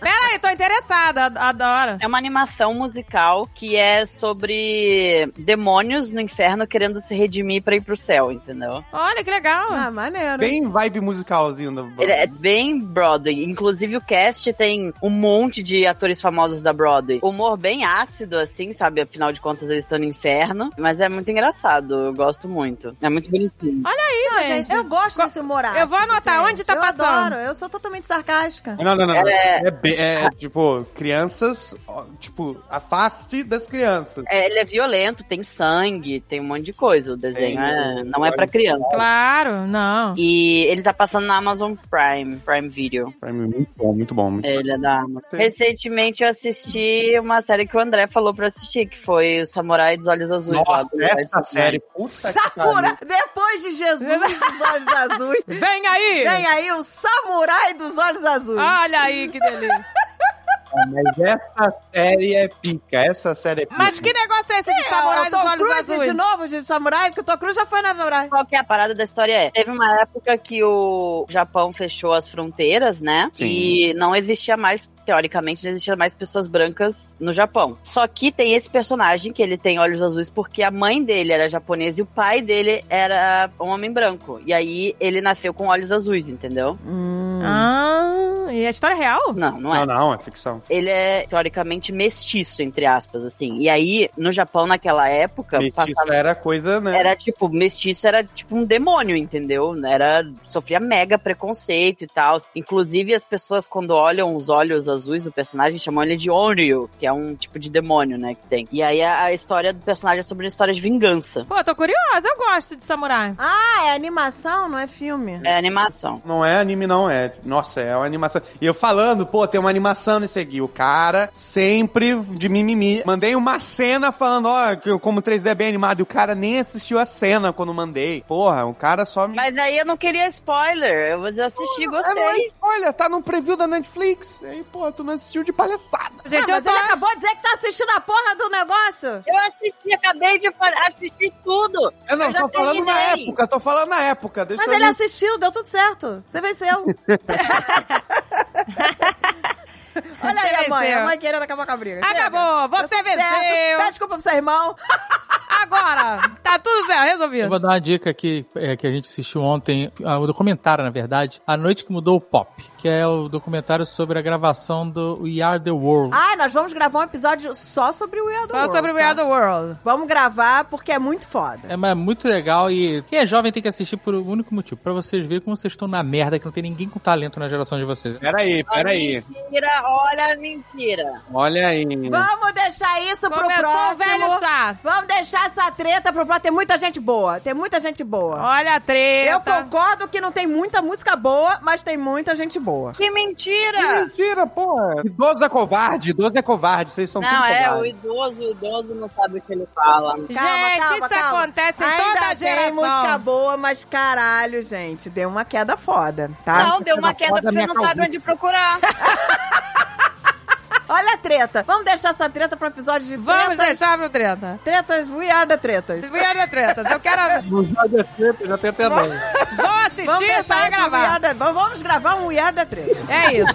[SPEAKER 1] Pera aí, tô interessada, ad- adoro.
[SPEAKER 4] É uma animação musical que é sobre demônios no inferno querendo se redimir pra ir pro céu, entendeu?
[SPEAKER 1] Olha que legal.
[SPEAKER 2] ah, maneiro.
[SPEAKER 8] Bem vibe musicalzinho. Do...
[SPEAKER 4] Ele é bem Broadway. Inclusive, o cast tem um monte de atores famosos da Broadway. Humor bem ácido, assim, sabe? Afinal de contas, eles estão no inferno. Mas é muito engraçado. Eu gosto muito. É muito bonitinho.
[SPEAKER 1] Ih,
[SPEAKER 2] Não,
[SPEAKER 1] gente.
[SPEAKER 2] gente, eu gosto desse humor ácido,
[SPEAKER 1] eu vou anotar.
[SPEAKER 2] gente.
[SPEAKER 1] Onde tá
[SPEAKER 2] eu
[SPEAKER 1] passando?
[SPEAKER 2] Adoro. Eu sou totalmente sarcástica.
[SPEAKER 8] Não, não, não.
[SPEAKER 4] Ela é-
[SPEAKER 8] É, be- é, tipo, crianças. ó, Tipo, afaste das crianças.
[SPEAKER 4] É, ele é violento, tem sangue, tem um monte de coisa. O desenho
[SPEAKER 8] Tem,
[SPEAKER 4] é-
[SPEAKER 8] o-
[SPEAKER 4] não é pra criança.
[SPEAKER 1] Claro, não.
[SPEAKER 4] E ele tá passando na Amazon Prime, Prime Video.
[SPEAKER 8] Pra mim, muito bom, muito bom. Muito...
[SPEAKER 4] É, Ele é da Amazon.
[SPEAKER 8] Sim.
[SPEAKER 4] Recentemente eu assisti uma série que o André falou pra assistir, que foi o Samurai dos Olhos Azuis. lá
[SPEAKER 8] Nossa,
[SPEAKER 4] do-
[SPEAKER 8] essa série. Puta que
[SPEAKER 2] Sakura,
[SPEAKER 8] pariu.
[SPEAKER 2] depois de Jesus dos Olhos Azuis,
[SPEAKER 1] Vem aí!
[SPEAKER 2] vem aí o Samurai dos Olhos Azuis.
[SPEAKER 1] Olha aí que delícia.
[SPEAKER 8] Mas essa série é pica. Essa série é pica.
[SPEAKER 1] Mas que negócio é esse de
[SPEAKER 2] É,
[SPEAKER 1] samurai
[SPEAKER 2] o Tom
[SPEAKER 1] dos olhos
[SPEAKER 2] Cruise
[SPEAKER 1] azuis?
[SPEAKER 2] de novo de Samurai, porque o Tom Cruise já foi na Samurai.
[SPEAKER 4] Qual que é a parada da história é? Teve uma época que o Japão fechou as fronteiras, né?
[SPEAKER 8] Sim.
[SPEAKER 4] E não existia mais teoricamente não existia mais pessoas brancas no Japão. Só que tem esse personagem que ele tem olhos azuis porque a mãe dele era japonesa e o pai dele era um homem branco. E aí ele nasceu com olhos azuis, entendeu?
[SPEAKER 1] Ah, e a história é real?
[SPEAKER 4] Não, não é.
[SPEAKER 8] Não, não, é ficção.
[SPEAKER 4] Ele é teoricamente mestiço, entre aspas, assim. E aí, no Japão, naquela época,
[SPEAKER 8] Mestiço
[SPEAKER 4] passava
[SPEAKER 8] era coisa, né?
[SPEAKER 4] Então, Era tipo, mestiço era tipo um demônio, entendeu? Era, sofria mega preconceito e tal. Inclusive, as pessoas, quando olham os olhos azuis do personagem, chamam ele de Onryu, que é um tipo de demônio, né? Que tem. E aí a, a história do personagem é sobre uma história de vingança.
[SPEAKER 1] Pô, tô curiosa, eu gosto de samurai.
[SPEAKER 2] Ah, é animação, não é filme.
[SPEAKER 4] É animação.
[SPEAKER 8] Não é anime, não, é. Nossa, é uma animação. E eu falando, pô, tem uma animação nisso aqui. O cara sempre de mimimi. Mandei uma cena falando, ó, que eu- como 3D é bem animado. E o cara nem assistiu a cena quando mandei. Porra, o cara só me.
[SPEAKER 4] Mas aí eu não queria spoiler. Eu mas eu assisti e
[SPEAKER 8] É, não
[SPEAKER 4] gostei.
[SPEAKER 8] é- olha, tá num preview da Netflix. E aí, pô, tu não assistiu de palhaçada.
[SPEAKER 1] Gente,
[SPEAKER 2] ah,
[SPEAKER 1] eu
[SPEAKER 2] mas
[SPEAKER 1] tô...
[SPEAKER 2] ele acabou de dizer que tá assistindo a porra do negócio.
[SPEAKER 4] Eu assisti, acabei de assistir tudo.
[SPEAKER 8] Eu É, não,
[SPEAKER 4] Eu já
[SPEAKER 8] tô falando na
[SPEAKER 4] terminei.
[SPEAKER 8] época, tô falando na época. Deixa
[SPEAKER 2] Mas
[SPEAKER 8] eu
[SPEAKER 2] ele
[SPEAKER 8] ver.
[SPEAKER 2] assistiu, deu tudo certo. Você venceu. Olha aí a é mãe,
[SPEAKER 1] venceu.
[SPEAKER 2] a mãe querendo acabar com a briga.
[SPEAKER 1] Acabou, você
[SPEAKER 2] Chega. Certo. Pede
[SPEAKER 1] venceu.
[SPEAKER 2] desculpa pro seu irmão.
[SPEAKER 1] Agora, tá tudo certo,
[SPEAKER 5] Eu
[SPEAKER 1] resolvido.
[SPEAKER 5] vou dar uma dica aqui é, que a gente assistiu ontem, ah, o documentário, na verdade, A Noite que Mudou o Pop, que é o documentário sobre a gravação do We Are the World.
[SPEAKER 2] Ai, nós vamos gravar um episódio só sobre o We Are the
[SPEAKER 1] Só
[SPEAKER 2] World,
[SPEAKER 1] sobre o We Are the World.
[SPEAKER 2] Vamos gravar porque é muito foda.
[SPEAKER 5] É, mas é muito legal e quem é jovem tem que assistir por um único motivo, pra vocês verem como vocês estão na merda, que não tem ninguém com talento na geração de vocês.
[SPEAKER 8] Peraí, peraí.
[SPEAKER 4] Mentira, olha a mentira.
[SPEAKER 8] Olha aí.
[SPEAKER 2] Vamos deixar isso pro
[SPEAKER 1] Começou o
[SPEAKER 2] próximo.
[SPEAKER 1] velho chato.
[SPEAKER 2] Vamos deixar essa treta pro próximo. Tem muita gente boa. Tem muita gente boa.
[SPEAKER 1] Olha tá. a treta.
[SPEAKER 2] Eu concordo que não tem muita música boa, mas tem muita gente boa.
[SPEAKER 4] Que mentira!
[SPEAKER 8] Mentira, porra. Idoso é covarde, idoso é covarde. Vocês são
[SPEAKER 4] Não,
[SPEAKER 8] tudo
[SPEAKER 4] é, o
[SPEAKER 8] covarde.
[SPEAKER 4] idoso, o idoso não sabe o que ele fala.
[SPEAKER 2] Calma,
[SPEAKER 1] gente,
[SPEAKER 2] calma,
[SPEAKER 1] isso
[SPEAKER 2] calma.
[SPEAKER 1] acontece em
[SPEAKER 2] Ainda
[SPEAKER 1] toda a
[SPEAKER 2] tem
[SPEAKER 1] geração.
[SPEAKER 2] música boa, mas caralho, gente, deu uma queda foda, tá?
[SPEAKER 4] não, deu uma queda
[SPEAKER 8] foda
[SPEAKER 4] porque você
[SPEAKER 8] minha
[SPEAKER 4] não sabe onde procurar.
[SPEAKER 2] Olha a treta. Vamos deixar essa treta pro episódio de
[SPEAKER 1] Vamos
[SPEAKER 2] tretas.
[SPEAKER 1] deixar pro treta.
[SPEAKER 2] Tretas, we are the tretas.
[SPEAKER 1] We Are the Tretas. Eu quero.
[SPEAKER 8] Não joga sempre, já tem até dó.
[SPEAKER 1] Vou
[SPEAKER 2] Vamos
[SPEAKER 1] assistir
[SPEAKER 2] deixar
[SPEAKER 1] para
[SPEAKER 2] esse We
[SPEAKER 1] gravar.
[SPEAKER 2] Are the- Vamos gravar um we are the treta.
[SPEAKER 1] É isso.